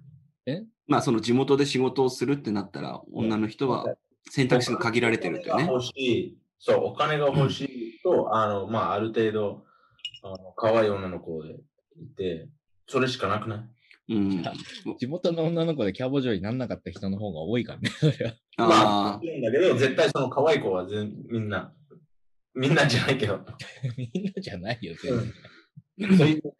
いまあ、その地元で仕事をするってなったら、女の人は選択肢が限られてるってお金ねが。欲しい。そう、お金が欲しいと、あの、まあ、ある程度、あの可愛い女の子でいて、それしかなくないうん。地元の女の子でキャバ嬢にならなかった人の方が多いからね、それまは。あああ、、いいんだけど、絶対その可愛い子は全みんな、みんなじゃないけど、 [laughs] みんなじゃないよ、全然。そういう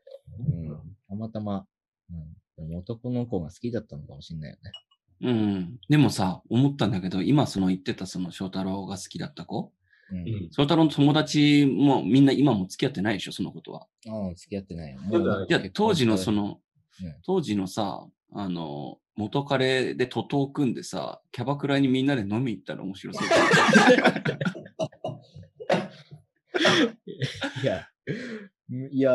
うん。たまたま、うん。でも男の子が好きだったのかもしれないよね。うん。でもさ、思ったんだけど、今その言ってたその翔太郎が好きだった子、うん。翔太郎の友達もみんな今も付き合ってないでしょ、そのことは。ああ、付き合ってないよ。そうだねいや、当時のそ、のうん、当時のさ、あの、元彼で徒党組んでさ、キャバクラにみんなで飲み行ったら面 [laughs] 白そうだね。いや、いや、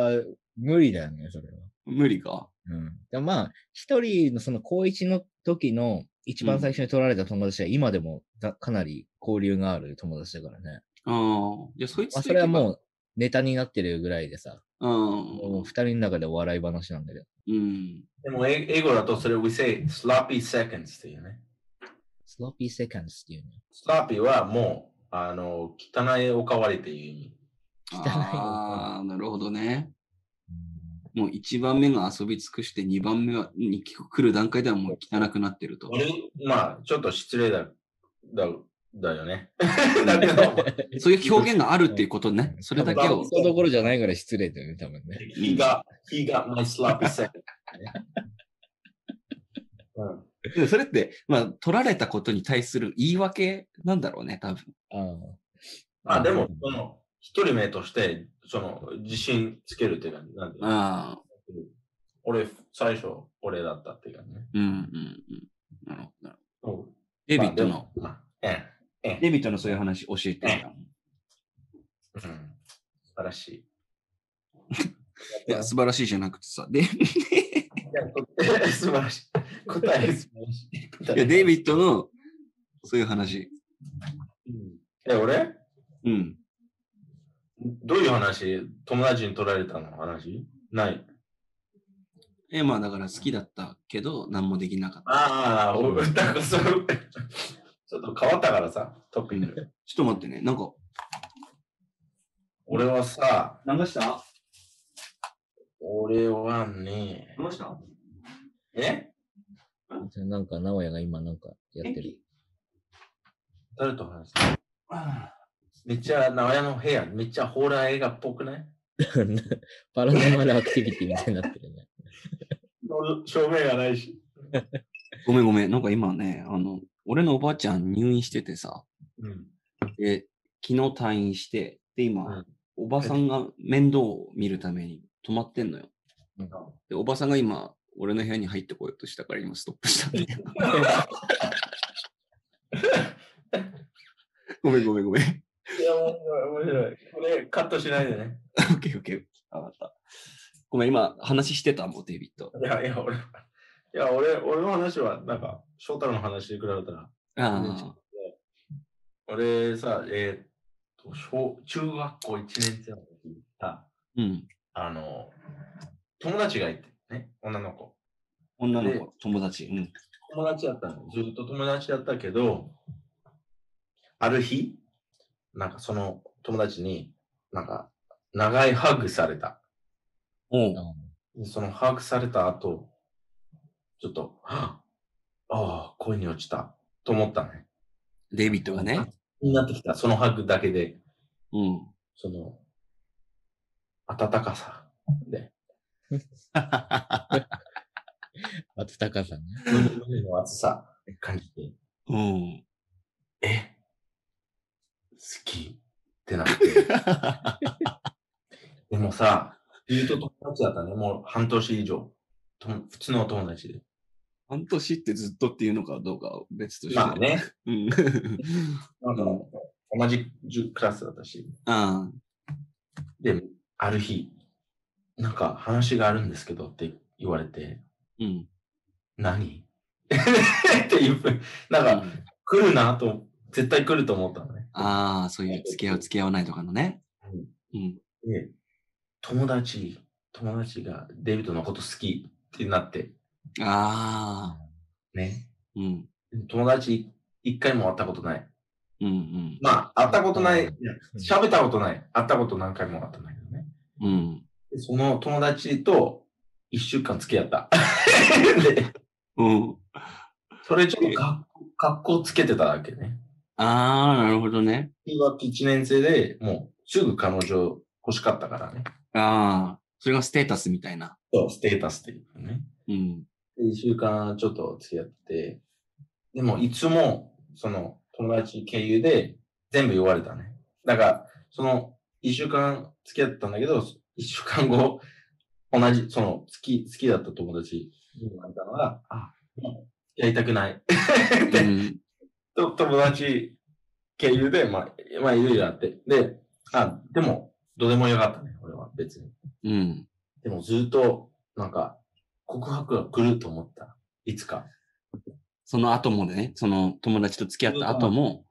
無理だよね、それは。無理か。うん。でもまあ、一人のその高一の時の一番最初に取られた友達は今でもだかなり交流がある友達だからね。ああ、いや、そいつまあ、とそれは行もうネタになってるぐらいでさ、けばもう二人の中でお笑い話なんだけど、うん。うん。でも英英語だとそれ we say sloppy seconds っていうね。スロッピーセカンスっていうね。 sloppy はもう、あの、汚いおかわりっていう意味。汚いああ、なるほどね。もう1番目が遊び尽くして2番目はに来る段階ではもう汚くなってると。まあ、ちょっと失礼だ、だ、だよね。だけど、そういう表現があるっていうことね。それだけを多分。そうどころじゃないからい失礼だよね、多分ね。 he got, he got my sloppy second. うんでもそれって、まあ、取られたことに対する言い訳なんだろうね、多分。あまあでも、その、一人目として、その、自信つけるっていうか、なんていうのああ、俺、最初、俺だったっていうかね。うんうんうん。なるほどなるほど。デデビッドの。、まあでもまあええ、えデビットのそういう話教えてよ。え。うん素晴らしい。いや、素晴らしいじゃなくてさ。 [laughs] で、いいや答え [laughs] 素晴らしい。答え素晴らしい。答えやデイビットのそういう話。うんえ、俺うん。どういう話友達に取られたの話ない。え、まあだから好きだったけど、何もできなかった。ああ、俺、だから [laughs] それ、ちょっと変わったからさ、トピック。ちょっと待ってね、なんか。俺はさ、流した俺はね、流したえじゃあなんか、直哉が今なんかやってる。誰と話しためっちゃ、名古屋の部屋、めっちゃホラー映画っぽくない [laughs] パラノーマルアクティビティみたいになって [laughs] るね。照明がないし。ごめんごめん。なんか今ね、あの、俺のおばあちゃん入院しててさ、うん。で、昨日退院して、で、今、うんおばさんが面倒を見るために泊まってんのよ。うんで、おばさんが今、俺の部屋に入ってこようとしたから今ストップしたんだよ。 [laughs] ごめんごめんごめん。 [laughs] いや、面白い、面白い。これ、カットしないでね。オッケーオッケー。わかった。ごめん、今話してたもん、デイビッド。いや、いや、俺、いや、俺、俺の話は、なんか、翔太郎の話に比べたら、あ俺さ、えーっと、小、中学校1年生の時にさ、あ、うん。あの、友達がいて、ね、女の子。女の子、友達。うん。友達だったの。ずっと友達だったけど、ある日、なんかその友達に、なんか、長いハグされた。おうあでそのハグされた後、ちょっと、はぁああ、恋に落ちた。と思ったね。デイビッドがね。になってきた。そのハグだけで、うん。その、温かさで、あ暖かさね。胸の熱さ感じて、うん。 [laughs] え、好きってな [laughs] って。でもさ、ずっと友達だったね。もう半年以上。とも普通の友達で。半年ってずっとっていうのかどうかは別として。まあ。ね。うん。[laughs] [laughs] なんか同じ10クラスだったし。あで、ある日、なんか話があるんですけどって言われて、ーうん。何 [laughs] っていうふうなんか来るなと、絶対来ると思ったのね。ああ、そういう付き合う付き合わないとかのね。うん。で、友達、友達がデイビッドのこと好きってなって、ああ。ね。うん。友達一回も会ったことない。うんまあ、会ったことない。いやうん喋ったことない。会ったこと何回もあったんだけどね。うん。うん。でその友達と一週間付き合った。 [laughs] で、うん。それちょっとか格好つけてただけね。ああ、なるほどね。中学1年生でもうすぐ彼女欲しかったからね。ああ。それがステータスみたいな。そう、ステータスっていうね。うん。で、一週間ちょっと付き合って、でもいつも、その、友達経由で全部言われたね。だから、その、一週間付き合ったんだけど、一週間後、同じ、その、好き、好きだった友達に言われたのが、あ、もう付き合いたくない。うん。と友達経由で、まあ、まあ、いろいろあって。で、あ、でも、どうでもよかったね、俺は、別に。うん。でもずっと、なんか、告白が来ると思った。いつか。その後もね、その友達と付き合った後も、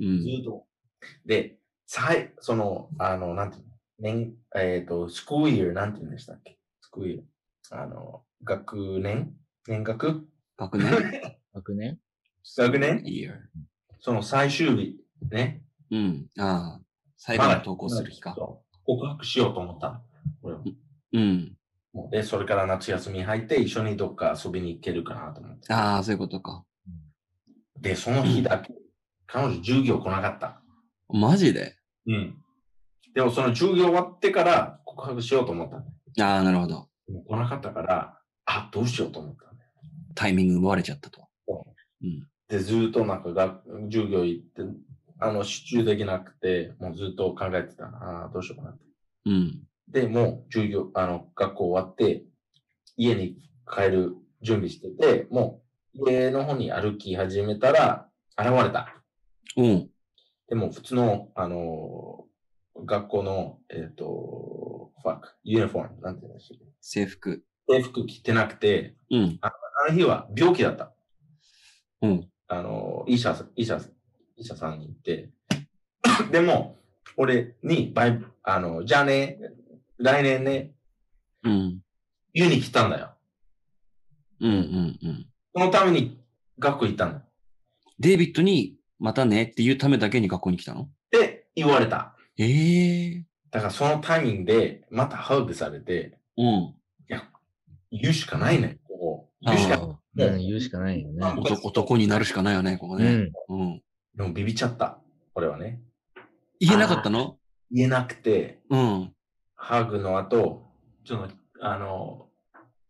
うん。ずっと。で、さい、その、あの、なんていうの年、えっ、と、スクールイヤー、なんて言うんでしたっけスクールイヤー。あの、学年年学学 [laughs] 年学年学年いいよ。その最終日、ね。うん。ああ。最後の投稿する日か。そう告白しようと思った。俺はうん。もうで、それから夏休み入って、一緒にどっか遊びに行けるかなと思って。ああ、そういうことか。で、その日だけ、彼女授業来なかった。マジでうん。でもその授業終わってから告白しようと思った。ああ、なるほど。でも来なかったから、あ、どうしようと思った。タイミング奪われちゃったと。で、ずっとなんか学授業行って、あの、集中できなくて、もうずっと考えてた。ああ、どうしようかなって。うん。で、もう授業、あの、学校終わって、家に帰る準備してて、もう家の方に歩き始めたら、現れた。おう。でも、普通の、あのー学校の、えっ、と、ファック、ユニフォーム、なんて言うんでしたっ制服。け制服着てなくて、うん。あの日は病気だった。うん。あの、医者さん、医者さん、医者さんに行って、 [coughs] でも、俺にバイ、あの、じゃあね、来年ね、うん。湯に来たんだよ。うんうんうん。そのために学校行ったの。っデイビッドに、またねっていうためだけに学校に来たのて言われた。ええだからそのタイミングで、またハグされて、うん。言うしかないね。ここあ言うしかーないうん言うしかないよね。男男になるしかないよね、ここうね。ん。うん。でもビビっちゃった。俺はね。言えなかったの言えなくて、うん。ハグの後、その、あの、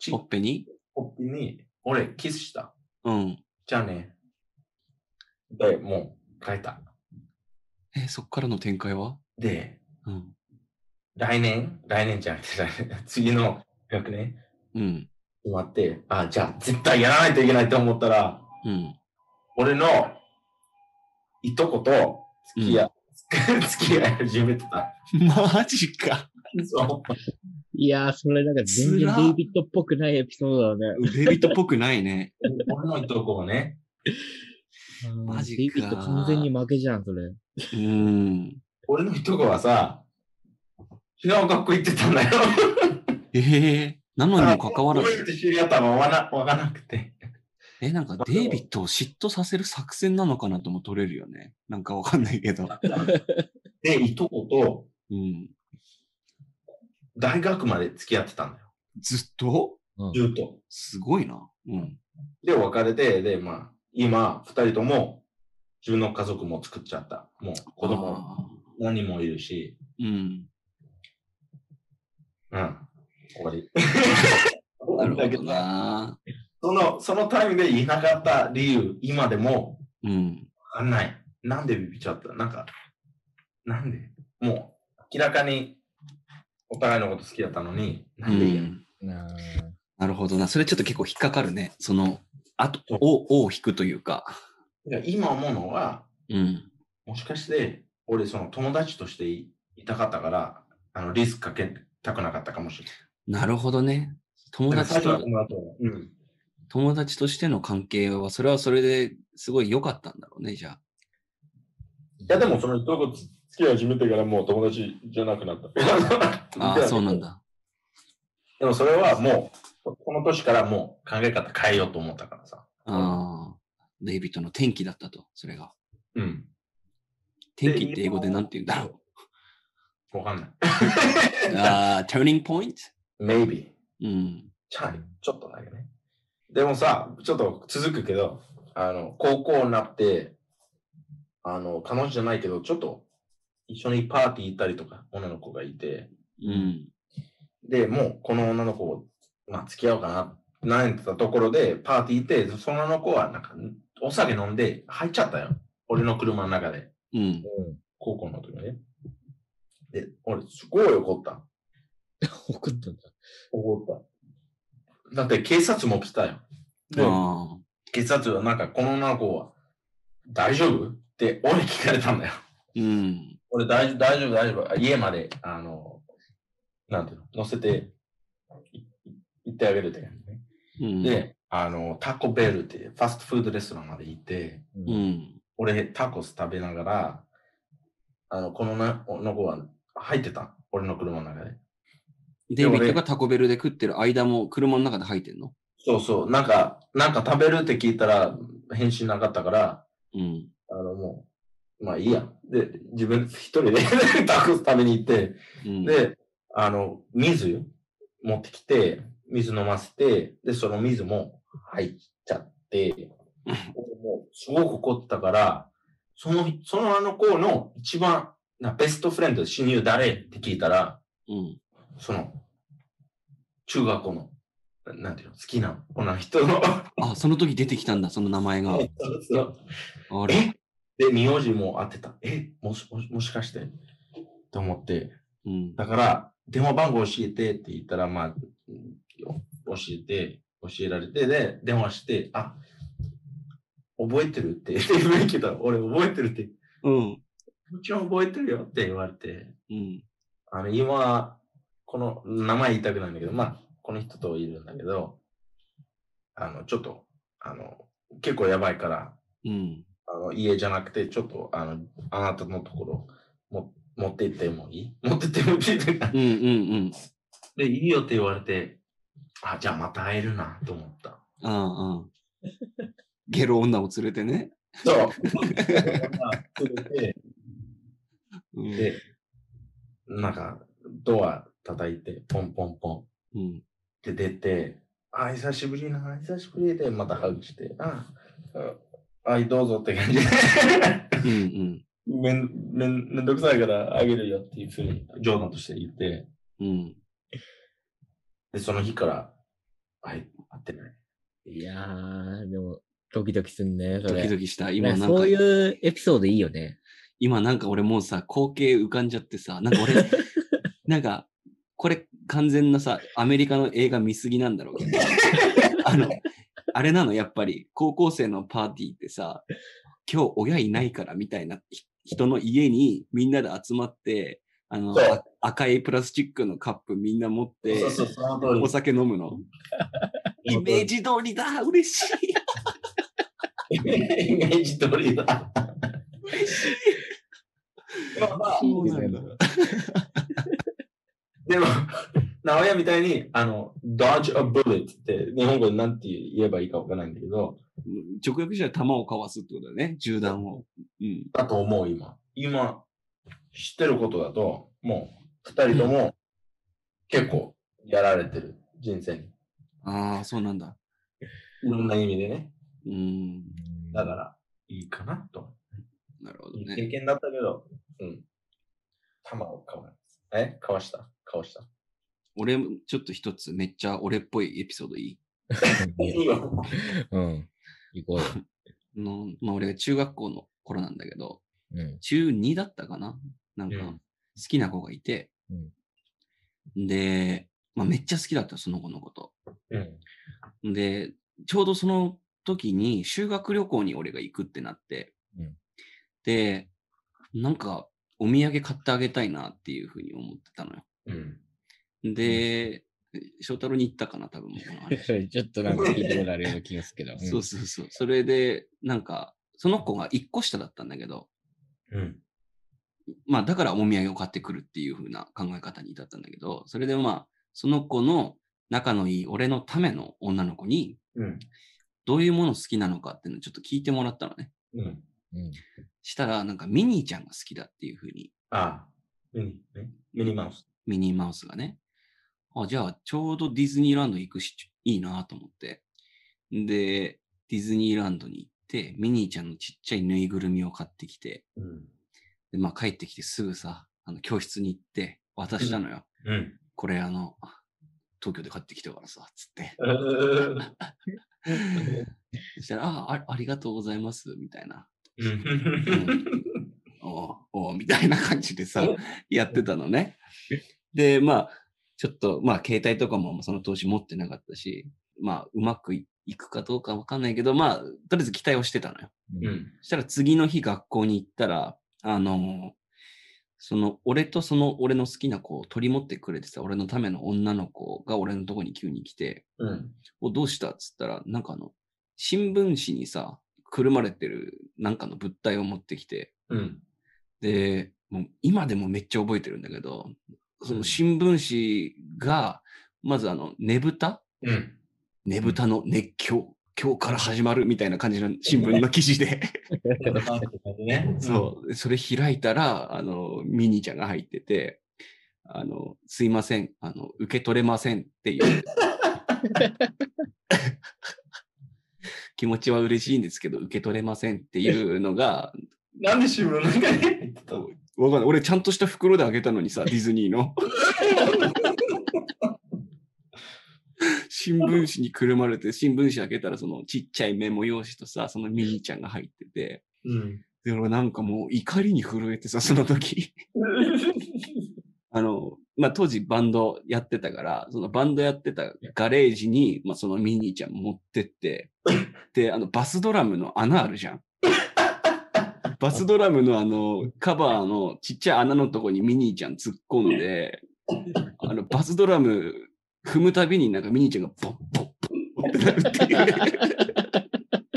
ちほっぺにほっぺに、俺キスした。うん。じゃあね。で、もう帰った。えそっからの展開はで、うん。来年来年じゃなくて、来年 [laughs] 次の学年うん。決まって、あ、じゃあ絶対やらないといけないと思ったら、うん。俺のいとこと付き合い、 [laughs] 付き合い始めてた。 [laughs] マジか。そう。いやー、それなんか全然辛っデイビッドっぽくないエピソードだね。デイビッドっぽくないね。俺のいとこをね、マジかデイビッド完全に負けじゃん、それ。うん。俺のいとこはさ、違う学校行ってたんだよ。ええなのにもかかわら [laughs] どうやっず、て知り合ったのかわなわからなくて。え、なんかデイビッドを嫉妬させる作戦なのかなとも取れるよね。なんかわかんないけど。 [laughs] で、いとことうん。大学まで付き合ってたんだよ。ずっとうんずっと。すごいな。うん。で、別れて、で、まあ、今、二人とも自分の家族も作っちゃった。もう子供あ何人もいるし、ー。うん。うん。終わり。 [laughs] なるだほけどな。その、そのタイムで言えなかった理由、今でも、うん。わかんない。なんでビビっちゃったなんか、なんでもう、明らかに、お互いのこと好きだったのに、うなんで言えない、ん。ななるほどな。それちょっと結構引っかかるね。その、あと、お、おを引くというか。だから今思うのは、うん。もしかして、俺、その友達としていいたかったから、あの、リスクかけたくなかったかもしれない。なるほどね。友だか達ら最初とは、この後、うん。友達としての関係は、それはそれですごい良かったんだろうね、じゃあ。いや、でも、その人と付き合い始めてからもう友達じゃなくなった。 [laughs] ああ、そうなん。だ。でも、それはもう、この年からもう考え方変えようと思ったからさ。ああ。デイビッドの転機だったと、それが。うん。転機って英語でなんて言うんだろわかんない。う。ああ、turning point? maybe. うん。チャイちょっとだけね。でもさ、ちょっと続くけど、あの、高校になって、あの、彼女じゃないけど、ちょっと一緒にパーティー行ったりとか、女の子がいて、うん。で、もうこの女の子を、まあ、付き合おうかな、悩んでたところで、パーティー行って、その女の子は、なんか、お酒飲んで、入っちゃったよ。俺の車の中で、うん。高校の時ね。で、俺、すごい怒った。怒ったんだ。怒った。だって警察も来たよ。で、ああ。警察はなんかこの女の子は大丈夫って俺聞かれたんだよ。うん。 [laughs] 俺大丈夫、大丈夫、大丈夫。家まで、あの、なんていうの、乗せてい行ってあげるって感じね。うん。で、あの、タコベルっていうファストフードレストランまで行って、ううんん。俺タコス食べながら、あの、この女の子は入ってた。俺の車の中で。デイビッドがタコベルで食ってる間も車の中で入ってんのそうそう。なんか、なんか食べるって聞いたら返信なかったから、うん。あのもう、まあいいや。で、自分一人で [laughs] タコス食べに行って、うん、で、あの、水持ってきて、水飲ませて、で、その水も入っちゃって、もうすごく怒ったから、その、そのあの子の一番、なベストフレンド、親友誰って聞いたら、うん。その、中学校の、ななんていうの、好きな女の人の、 [laughs] あ、その時出てきたんだ、その名前が。あれえで、名字も当てた。えもし、もし、もしかしてと思って。うん。だから、電話番号教えてって言ったら、まあ、うんよ教えて、教えられて、で、電話して、あ、覚えてるって、 [laughs] って言うけど、俺覚えてるって、うん。もちろん覚えてるよって言われて、うん。あの、今、この、名前言いたくないんだけど、まあ、この人といるんだけど、あの、ちょっと、あの、結構やばいから、うん。あの家じゃなくて、ちょっとあのあなたのところも持って行ってもいい [laughs] 持って行ってもいいって言っうんうんうん。てで、いいよって言われて、あ、じゃあまた会えるなと思った。うんうん。ゲロ女を連れてね。 [laughs] そう。まあそれでうんで、なんか、ドア叩いて、ポンポンポンっうん。て出て、あ、久しぶりな、久しぶりで、またハグして、あ、あはい、どうぞって感じで。う [laughs] んうん。めん、めん、めんどくさいからあげるよっていうふうに、冗談として言って、うん。で、その日から、はい、会ってない。いやー、でも、ドキドキすんね、そドれ。キドキした。今なんねか、そういうエピソードいいよね。今なんか俺もうさ、光景浮かんじゃってさ、なん [laughs] か俺、なんか、これ完全なさ、アメリカの映画見すぎなんだろうけ [laughs] ど。あの、あれなの、やっぱり、高校生のパーティーってさ、今日親いないからみたいなひ人の家にみんなで集まって、あの、そうあ赤いプラスチックのカップみんな持って、そうそう、その通りお。酒飲むの。イメージ通りだ嬉しい [laughs] イメージ [laughs] 通りだ。まあまあそうなんだ。でも、直屋みたいに、あの、dodge a bullet って日本語でなんて言えばいいかわからないんだけど、直訳したら弾をかわすってことだよね、銃弾を。うん。だと思う今。今、知ってることだと、もう、二人とも結構やられてる。人生に。ああ、そうなんだ。いろんな意味でね。うん。だから、いいかなと。なるほどいい経ね。験だったけど、うん。弾をかわす。えかわしたかわした。俺、ちょっと一つめっちゃ俺っぽいエピソードいいいいよ。うん。行こうよ。あの、まあ、俺が中学校の頃なんだけど、うん。中2だったかななんか、うん好きな子がいて、で、まあ、めっちゃ好きだった、その子のこと。うん。で、ちょうどその時に修学旅行に俺が行くってなって、うんで、なんかお土産買ってあげたいなっていうふうに思ってたのよ。うん。で、翔太郎に行ったかな、多分もうこの話。 [laughs] ちょっとなんか聞いてもらえるような気がするけど。そうそうそう。それで、なんか、その子が1個下だったんだけど、うん。まあ、だからお土産を買ってくるっていう風な考え方に至ったんだけど、それでまあ、その子の仲のいい俺のための女の子に、うん。どういうもの好きなのかっていうのをちょっと聞いてもらったのね。うん。うん。したら、なんかミニーちゃんが好きだっていう風に、ああ。ミニ、ねミニマウス。ミニーマウスがね。あ、じゃあ、ちょうどディズニーランド行くし、いいなと思って。で、ディズニーランドに行って、ミニーちゃんのちっちゃいぬいぐるみを買ってきて、うん。で、まあ帰ってきてすぐさ、あの、教室に行って渡したのよ。うん。これあの、東京で買ってきたからさ、つって。 [laughs] そしたら、ああ、ありがとうございます、みたいな。おうおうみたいな感じでさ、やってたのね。で、まあ、ちょっと、まあ、携帯とかもその当時持ってなかったし、まあ、うまくいいくかどうかわかんないけど、まあ、とりあえず期待をしてたのよ。うん。そしたら次の日学校に行ったら、あの、その、俺とその俺の好きな子を取り持ってくれてた俺のための女の子が俺のとこに急に来て、うん。お、どうしたっつったら、なんかあの、新聞紙にさ、くるまれてるなんかの物体を持ってきて、うん。で、もう今でもめっちゃ覚えてるんだけど、そうんの新聞紙が、まずあの、ねぶたうん。ねぶたの熱狂。今日から始まるみたいな感じの新聞の記事で。ね。そう。それ開いたら、あの、ミニーちゃんが入ってて、あの、すいません。あの、受け取れませんっていう。気持ちは嬉しいんですけど、受け取れませんっていうのが、う。なんで新聞の中に入ってたのわかんない。俺ちゃんとした袋であげたのにさ、ディズニーの。新聞紙にくるまれて、新聞紙開けたら、そのちっちゃいメモ用紙とさ、そのミニーちゃんが入ってて、うん。で、俺なんかもう怒りに震えてさ、その時。あの、まあ、当時バンドやってたから、そのバンドやってたガレージに、まあ、そのミニーちゃん持って [laughs] って、で、あの、バスドラムの穴あるじ [laughs] ゃん。バスドラムのあの、カバーのちっちゃい穴のとこにミニーちゃん突っ込んで、あの、バスドラム踏むたびになんかミニーちゃんがボンボンボンってなるっていうね。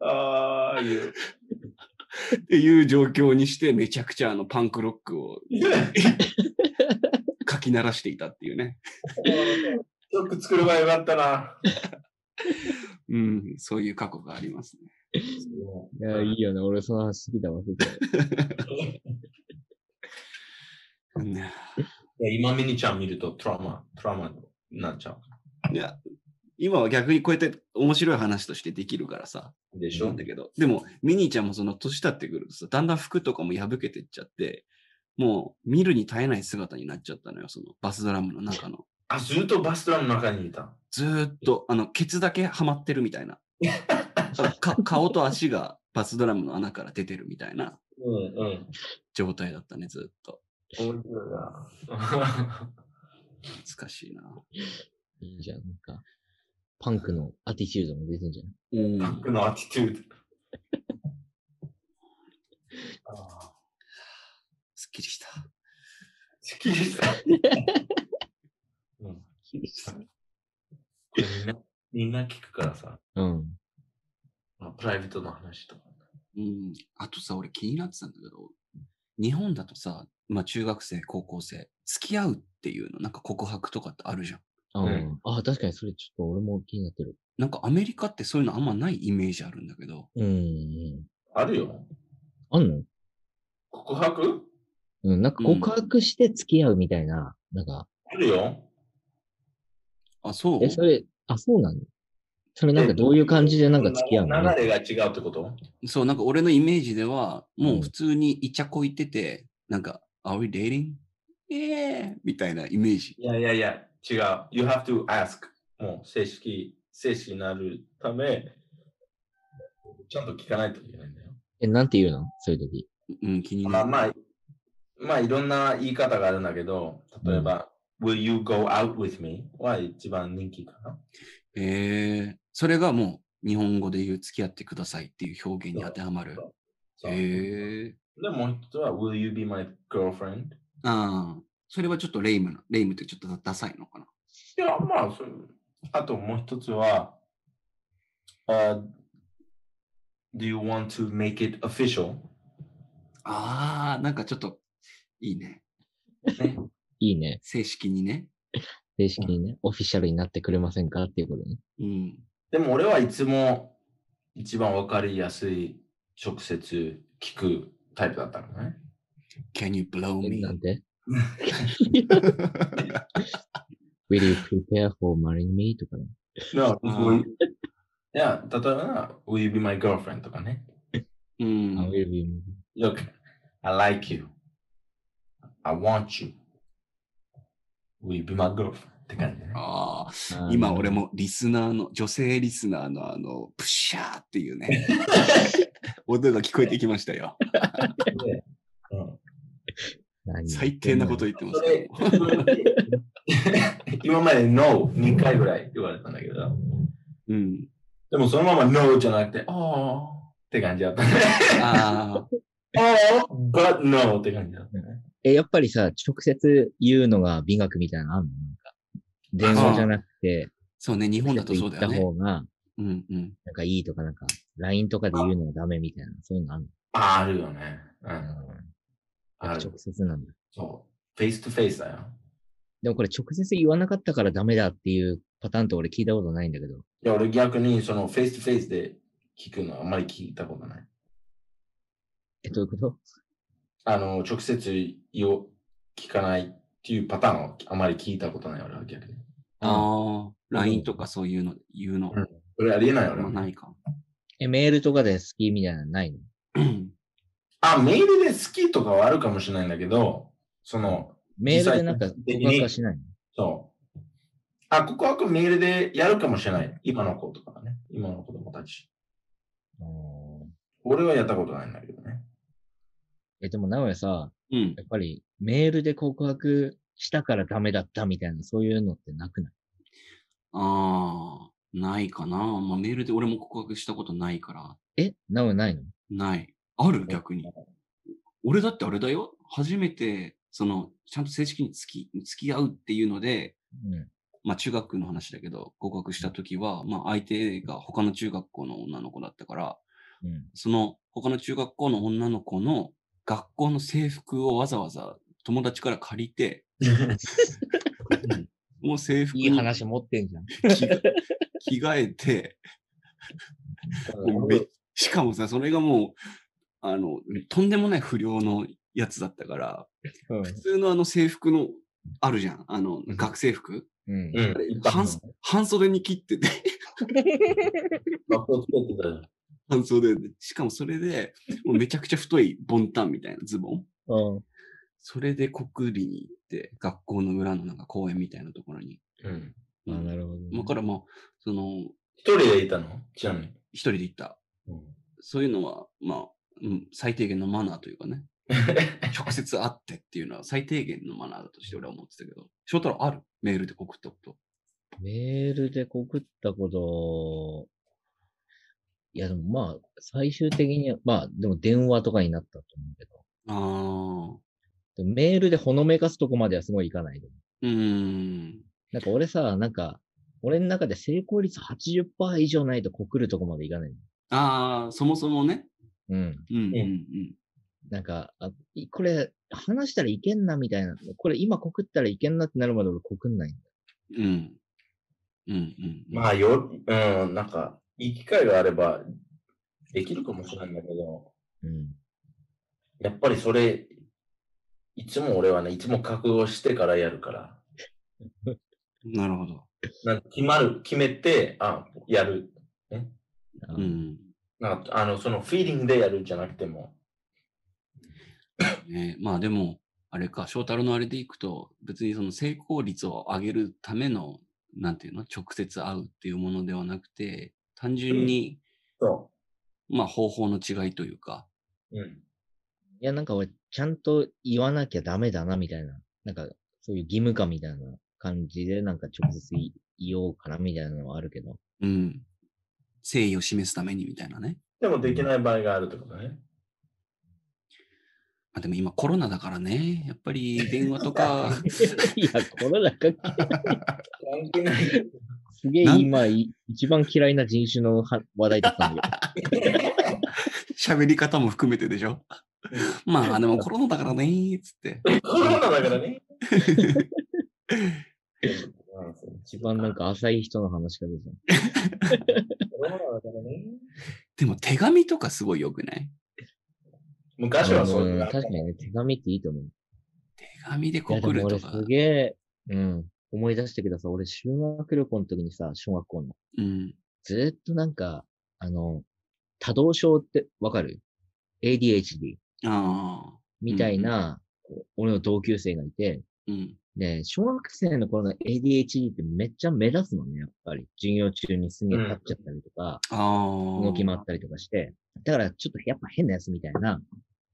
ああ、 [laughs] いう。っていう状況にして、めちゃくちゃあの、パンクロックをかき鳴らしていたっていうね。ちょトック作ればよかったな。うん、そういう過去がありますね。いや、いいよね。俺、その話好きだわ。うんいや今、ミニちゃん見るとトラウマ、トラウマになっちゃいや、今は逆にこうやって面白い話としてできるからさ、う。でしなょんだけど、でも、ミニーちゃんもその年経ってくるとさ、だんだん服とかも破けてっちゃって、もう見るに耐えない姿になっちゃったのよ、そのバスドラムの中の。あ、ずっとバストラの中にいた。ずーっと、あの、ケツだけはまってるみたい [laughs] な。か顔と足がバスドラムの穴から出てるみたいなうんうん。状態だったね、ずっと。面白い [laughs] な。懐かしいな。いいじゃん。なんか、パンクのアティチュードも出てんじゃん。うんパックのアティチュード。あすっきりした。すっきりした。うん、これみんな、みんな聞くからさ、うん。まあプライベートの話とか。うん。あとさ、俺気になってたんだけど、日本だとさ、まあ中学生、高校生、付き合うっていうの、なんか告白とかってあるじゃん。あー、うんあー、確かにそれちょっと俺も気になってる。なんかアメリカってそういうのあんまないイメージあるんだけど、うんうん。あるよ。あんの告白うん。なんかうん告白して付き合うみたいな、なんか、あるよ。あ、そうえ、それ、あ、そうなのそれなんかどういう感じでなんか付き合うの流れが違うってことそう、なんか俺のイメージでは、もう普うん通にイチャこいてて、なんか、Are we dating? ええみたいなイメージ。いやいやいや、違う。You have to ask. もう正式、正式になるため、ちゃんと聞かないといけないんだよ。え、なんて言うのそういう時。うん、気にまなある。まあ、まあいろんな言い方があるんだけど、例えば、Will you go out with me? は一番人気かな。ええそれがもう日本語で言う付き合ってくださいっていう表現に当てはまるそ。うそうへえで、もう一つは、Will you be my girlfriend? ああ、それはちょっとレイムな、レイムってちょっとダダサいのかな。いや、まあ、そうあともう一つは、あ Do you want to make it official? ああ、なんかちょっといいね。ねいいね。正式にね。正式にね、オフィシャルになってくれませんかっていうことね。うん。でも俺はいつも一番わかりやすい直接聞くタイプだったのね。 Can you blow え me? な [laughs] んて ?Will you prepare for marrying me? とかね。うんいや、例えば、Will you be my girlfriend? とかね。うあん。 will be Look, I like you. I want you. Will you be my girlfriend? って感じね。ああ、あー今俺。もリスナーの、女性リスナーのあの、プシャーっていう [laughs] ね、音が聞こえてきましたよ。うん何最低なこと言ってまそすけれど。、 [laughs] 今まで No2 回ぐらい言われたんだけど、うん。でもそのまま No じゃなくて、ああって感じだったね。ああ、 [laughs] ああ but No って感じだったね。え、やっぱりさ、直接言うのが美学みたいなのあるのなんか。電話じゃなくて、そうね、日本だとそう直接だ言よっね。た方が、うんうん。なんかいいとか、なんか、LINE とかで言うのがダメみたいな、そういうのあるああるよね。うのん。やあっぱる直。接なんだ。そう。フェイスとフェイスだよ。でもこれ直接言わなかったからダメだっていうパターンって俺聞いたことないんだけど。いや、俺逆にそのフェイスとフェイスで聞くのあんまり聞いたことない。え、どういうことあの、直接言お聞かないっていうパターンをあまり聞いたことない、俺は逆に。ああ、LINE とかそういうの、言うの、ん俺ありえない、あ俺んまは。ないかも。え、メールとかで好きみたいなのないのあ、メールで好きとかはあるかもしれないんだけど、その、メールでなんか実際告白はしないのそう。あ、告白メールでやるかもしれない。今の子とかね。今の子供たち。うーん俺はやったことないんだけどね。え、でも名古屋さ、うん。やっぱりメールで告白したからダメだったみたいな、そういうのってなくないああ、ないかな。まあ、メールで俺も告白したことないから、え名古屋ないのない。ある逆に。俺だってあれだよ。初めて、その、ちゃんと正式に付き、付き合うっていうので、うん。まあ中学の話だけど、合格した時は、まあ相手が他の中学校の女の子だったから、うん。その他の中学校の女の子の学校 [laughs] の制服をわざわざ友達から借りて、もう制服いい話持ってんじゃん。着が着替えて、もうめしかもさ、それがもう、あの、とんでもない不良のやつだったから、うん普通のあの制服の、あるじゃん。あの、ん学生服。うんう。んあれ一般半半袖に切ってて、 [laughs] 学校作ってたよ。半袖で。しかもそれで、もうめちゃくちゃ太いボンタンみたいなズボン。うんそれで国理に行って、学校の裏のなんか公園みたいなところに。うん。あうんなるほどね。だからまあ、その、一人でいたのちなみに。一人で行った。 [laughs] そういうのは、まあ、うん、最低限のマナーというかね、直接会ってっていうのは最低限のマナーだとして俺は思ってたけど、翔太郎あるメールで送ったこと。メールで告ったこと、いやでもまあ、最終的には、まあでも電話とかになったと思うけど、ああ、でもメールでほのめかすとこまではすごいいかないと思う。うーん。なんか俺さ、なんか、俺の中で成功率80%以上ないと告るとこまでいかないの。ああ、そもそもね。うん。うんうんううん。なんか、あいこれ、話したらいけんなみたいな。これ今告ったらいけんなってなるまで俺告んないんだ。うん。うんうん。まあ、よ、うん、なんか、いい機会があれば、できるかもしれないんだけど、うん。やっぱりそれ、いつも俺はね、いつも覚悟してからやるから、なるほど。なんか決まる、決めて、あ、やる。あうん。なんか、あの、そのフィーリングでやるじゃなくても、ね、まあでも、あれか、翔太郎のあれでいくと、別にその成功率を上げるための、なんていうの、直接会うっていうものではなくて、単純に、そまあ方法の違いというか、う。うん。いや、なんか俺、ちゃんと言わなきゃダメだな、みたいな。なんか、そういう義務感みたいな感じで、なんか直接い言おうかな、みたいなのはあるけど。うん。誠意を示すためにみたいなね。でもできない場合があるってことね。まあでも今コロナだからね、やっぱ [laughs] り電話とか、いや、コロナ関係関係ない。すげえなん今、い一番嫌いな人種のは話題だったんだけ [laughs] [laughs] 喋り方も含めてでしょ。まあでもコロナだからね、つって。コロナだから [laughs] ね。ど、一番なんか浅い人の話が出た。コロナだからね。でも手紙とかすごい良くない昔はそういうのんがあっ確たかにね、手紙っていいと思う。手紙でいや、で告るもと俺か。すげえ、うん、思い出したけどさ、俺修学旅行の時にさ、小学校の、うん。ずーっとなんか、あの、多動症ってわかる ?ADHD ああ。みたいな、こう俺の同級生がいて、うん。で、小学生の頃の ADHD ってめっちゃ目立つのね、やっぱり。授業中にすげえ立っちゃったりとか、ああ。動き回ったりとかして、だからちょっとやっぱ変なやつみたいな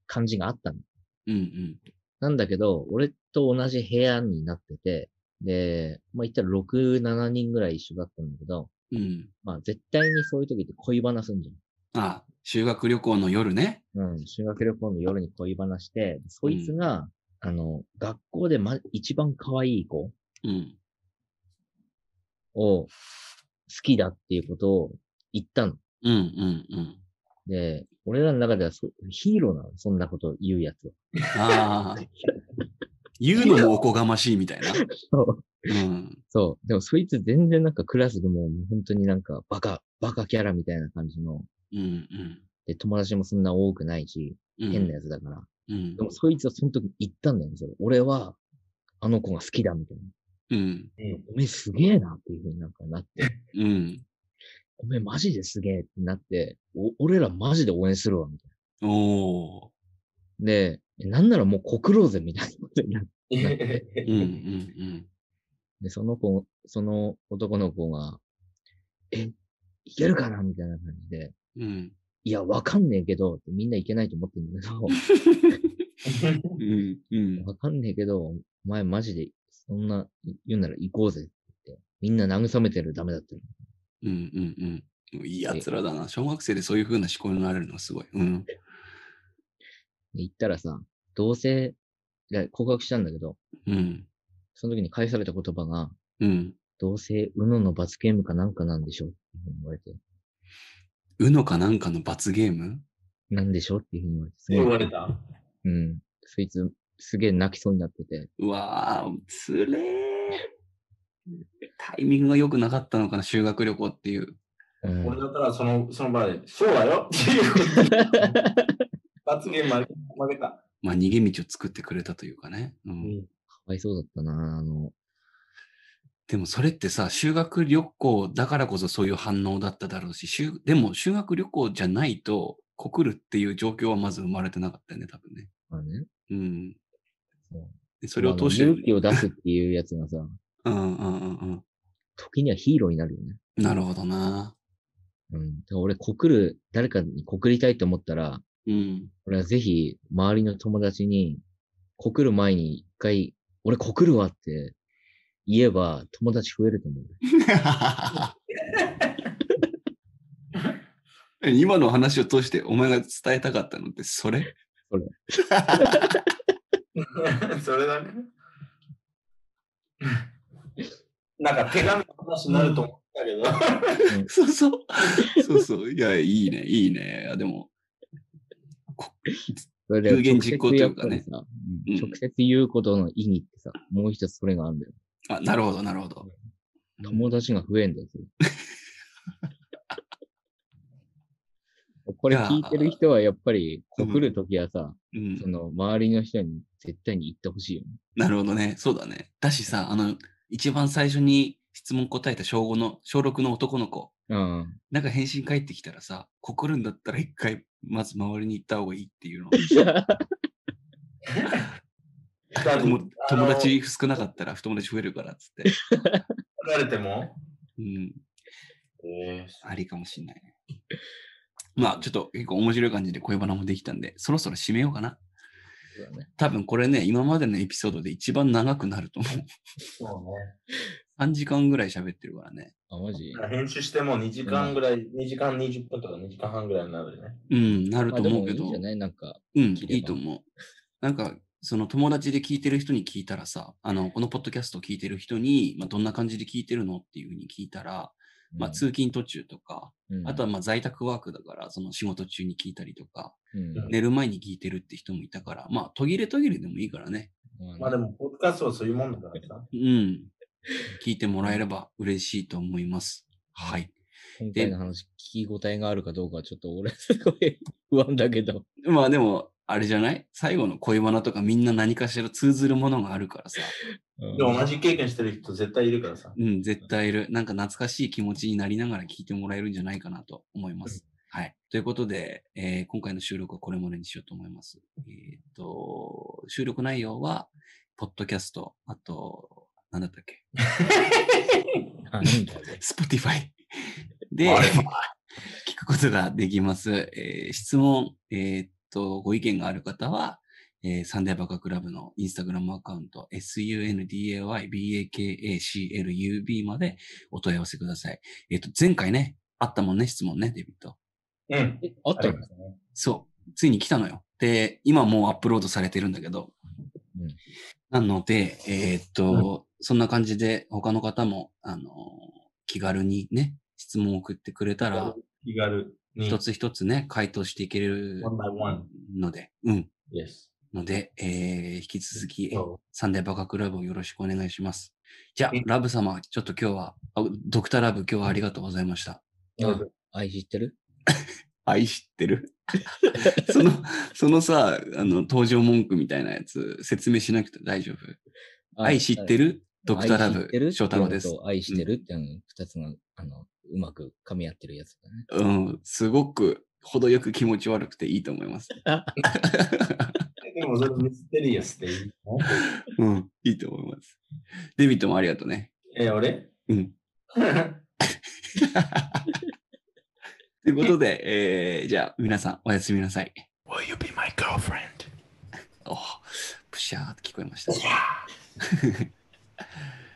感じがあったの。うんうん。なんだけど、俺と同じ部屋になってて、で、まあ、言ったら6、7人ぐらい一緒だったんだけど、うん。まあ、絶対にそういう時って恋話すんじあ、修学旅行の夜ね。ゃん。うん。修学旅行の夜に恋話して、そいつが、あの、学校でま、一番可愛い子うん。を好きだっていうことを言ったの。うんうんうん。で、俺らの中ではそヒーローなの、そんなこと言うやつは。 [laughs] ああ。言うのもおこがましいみたいな。そう。うん。そう。でもそいつ全然なんかクラスでももう本当になんかバカ、バカキャラみたいな感じの、うんうん。で、友達もそんな多くないし、うん変なやつだから。うんでもそいつはその時言ったんだよね、それ。俺は、あの子が好きだみたいな。うん。うんおめえすげえなっていうふうになんかなって、うん。おめえマジですげえってなって、お俺らマジで応援するわ、みたいおお。な。で、えなんならもう告ろうぜ、みたいなことになって。うんうんうん。で、その子、その男の子が、え、いけるかなみたいな感じで、うん。いや、わかんねえけど、みんないけないと思ってんだけ [laughs] ど、うん。うん。わかんねえけど、お前マジで、そんな、言うなら行こうぜって言って、みんな慰めてるダメだったらうん。うん。うん。いいやつらだな。小学生でそういう風な思考になれるのはすごい。うん。で行ったらさ、同性、いや告白したんだけど、うん。その時に返された言葉が、うん。どうせ、うのの罰ゲームかなんかなんでしょうっていうふうに言われて、うのかなんかの罰ゲームなんでしょうっていうふうに言われて、す言わごいれたうん。そいつ、すげえ泣きそうになってて、うわー、つれー。タイミングが良くなかったのかな、修学旅行っていう。うん俺だったらその、その場で、そうだよ [laughs] っていう罰ゲーム負け負けた。 [laughs] まあ、逃げ道を作ってくれたというかね。うんかわいそうだったな、あの、でもそれってさ、修学旅行だからこそそういう反応だっただろうし、修でも修学旅行じゃないと、告るっていう状況はまず生まれてなかったよね、多分ね。まあね。うん。そうでそれを通して、あうのん勇気を出すっていうやつがさ、うんうん時にはヒーローになるよね。うん。なるほどな。うん。だから俺、告る、誰かに告りたいと思ったら、うん。 [laughs] 俺はぜひ、周りの友達に、告る前に一回、俺告るわって言えば、友達増えると思う。今の話を通してお前が伝えたかったのってそれ [laughs] それそれだね。 [laughs] なんか手紙の話になると思ったけど。そうそう。そうそう。いや、いいね、いいね。いやでも、それで有言実行というかね直接やっぱうりんさ。直接言うことの意味ってさ、もう一つそれがあるんだよ。あ、なるほど、なるほど。友達が増えんだよ、 [laughs] それこれ聞いてる人はやっぱり、告るときはさ、うんそ。の周りの人に絶対に言ってほしいよね。なるほどね。そうだね。だしさ、あの、一番最初に質問答えた小5の、小6の男の子。うん。 [laughs] なんか返信返ってきたらさ、告るんだったら一回、まず周りに行った方がいいっていうの。友友達少なかったら友達増えるからっつ [laughs] って。取られても、うん。えありかもしんないね。まあ、ちょっと結構面白い感じで恋バナもできたんで、そろそろ締めようかな。そうだね。多分これね、今までのエピソードで一番長くなると思 [laughs] う。そう3時間ぐらい喋ってるからね。あ、マジね。編集しても2時間ぐらい、2時間20分とか2時間半ぐらいになるよね。うん、なると思うけあでもいいんどじゃ。ないなんか、うん、切ればいいと思う。なんか、その友達で聞いてる人に聞いたらさ、あの、このポッドキャスト聞いてる人に、まあ、どんな感じで聞いてるのっていうふうに聞いたら、まあ、通勤途中とか、うんあとはまあ在宅ワークだから、その仕事中に聞いたりとか、うん寝る前に聞いてるって人もいたから、まあ、途切れ途切れでもいいからね。まあでも、ポッドキャストはそういうもんだからさ。うん。聞いてもらえれば嬉しいと思います。はい。今回の話、聞き応えがあるかどうか、ちょっと俺、 [laughs] すごい不安だけど。まあでも、あれじゃない最後の恋バナとかみんな何かしら通ずるものがあるからさ。うんでも同じ経験してる人絶対いるからさ。うん、絶対いる。なんか懐かしい気持ちになりながら聞いてもらえるんじゃないかなと思います。はい。ということで、えー今回の収録はこれまでにしようと思います。えーっと、収録内容は、ポッドキャスト、あと、なんだったっけあなんだろう [laughs] Spotify であれ聞くことができます。えー質問、えーっと、ご意見がある方は、えーサンデーバカクラブのインスタグラムアカウント、sundaybakaclub までお問い合わせください。えーっと、前回ね、あったもんね、質問ね、デビット。うん。えあっあたりのますねそう。ついに来たのよ。で、今もうアップロードされてるんだけど。うんなので、えーっと、そんな感じで他の方も、あのー気軽にね、質問を送ってくれたら、気軽に。一つ一つね、回答していける One by one. ので、うん。 Yes. ので、えー引き続き、そサンデーバカクラブをよろしくお願いします。じゃあうん、ラブ様、ちょっと今日は、あドクターラブ今日はありがとうございました。あ愛知ってる愛知ってる [laughs] その、そのさ、あの、登場文句みたいなやつ、説明しなくて大丈夫。愛知ってるるドクターラ愛知ってるブ、翔太郎ですっていう。のと愛してるっていうの二つが、あの、うまく噛み合ってるやつだね。うん、すごく、程よく気持ち悪くていいと思います。うでも、それミステリアスでいいうの。ん、いいと思います。デビットもありがとうね。え、俺 [laughs] うん。ということで、えーじゃあ、皆さん、おやすみなさい。 Will you be my girlfriend? おプシャーって聞こえました。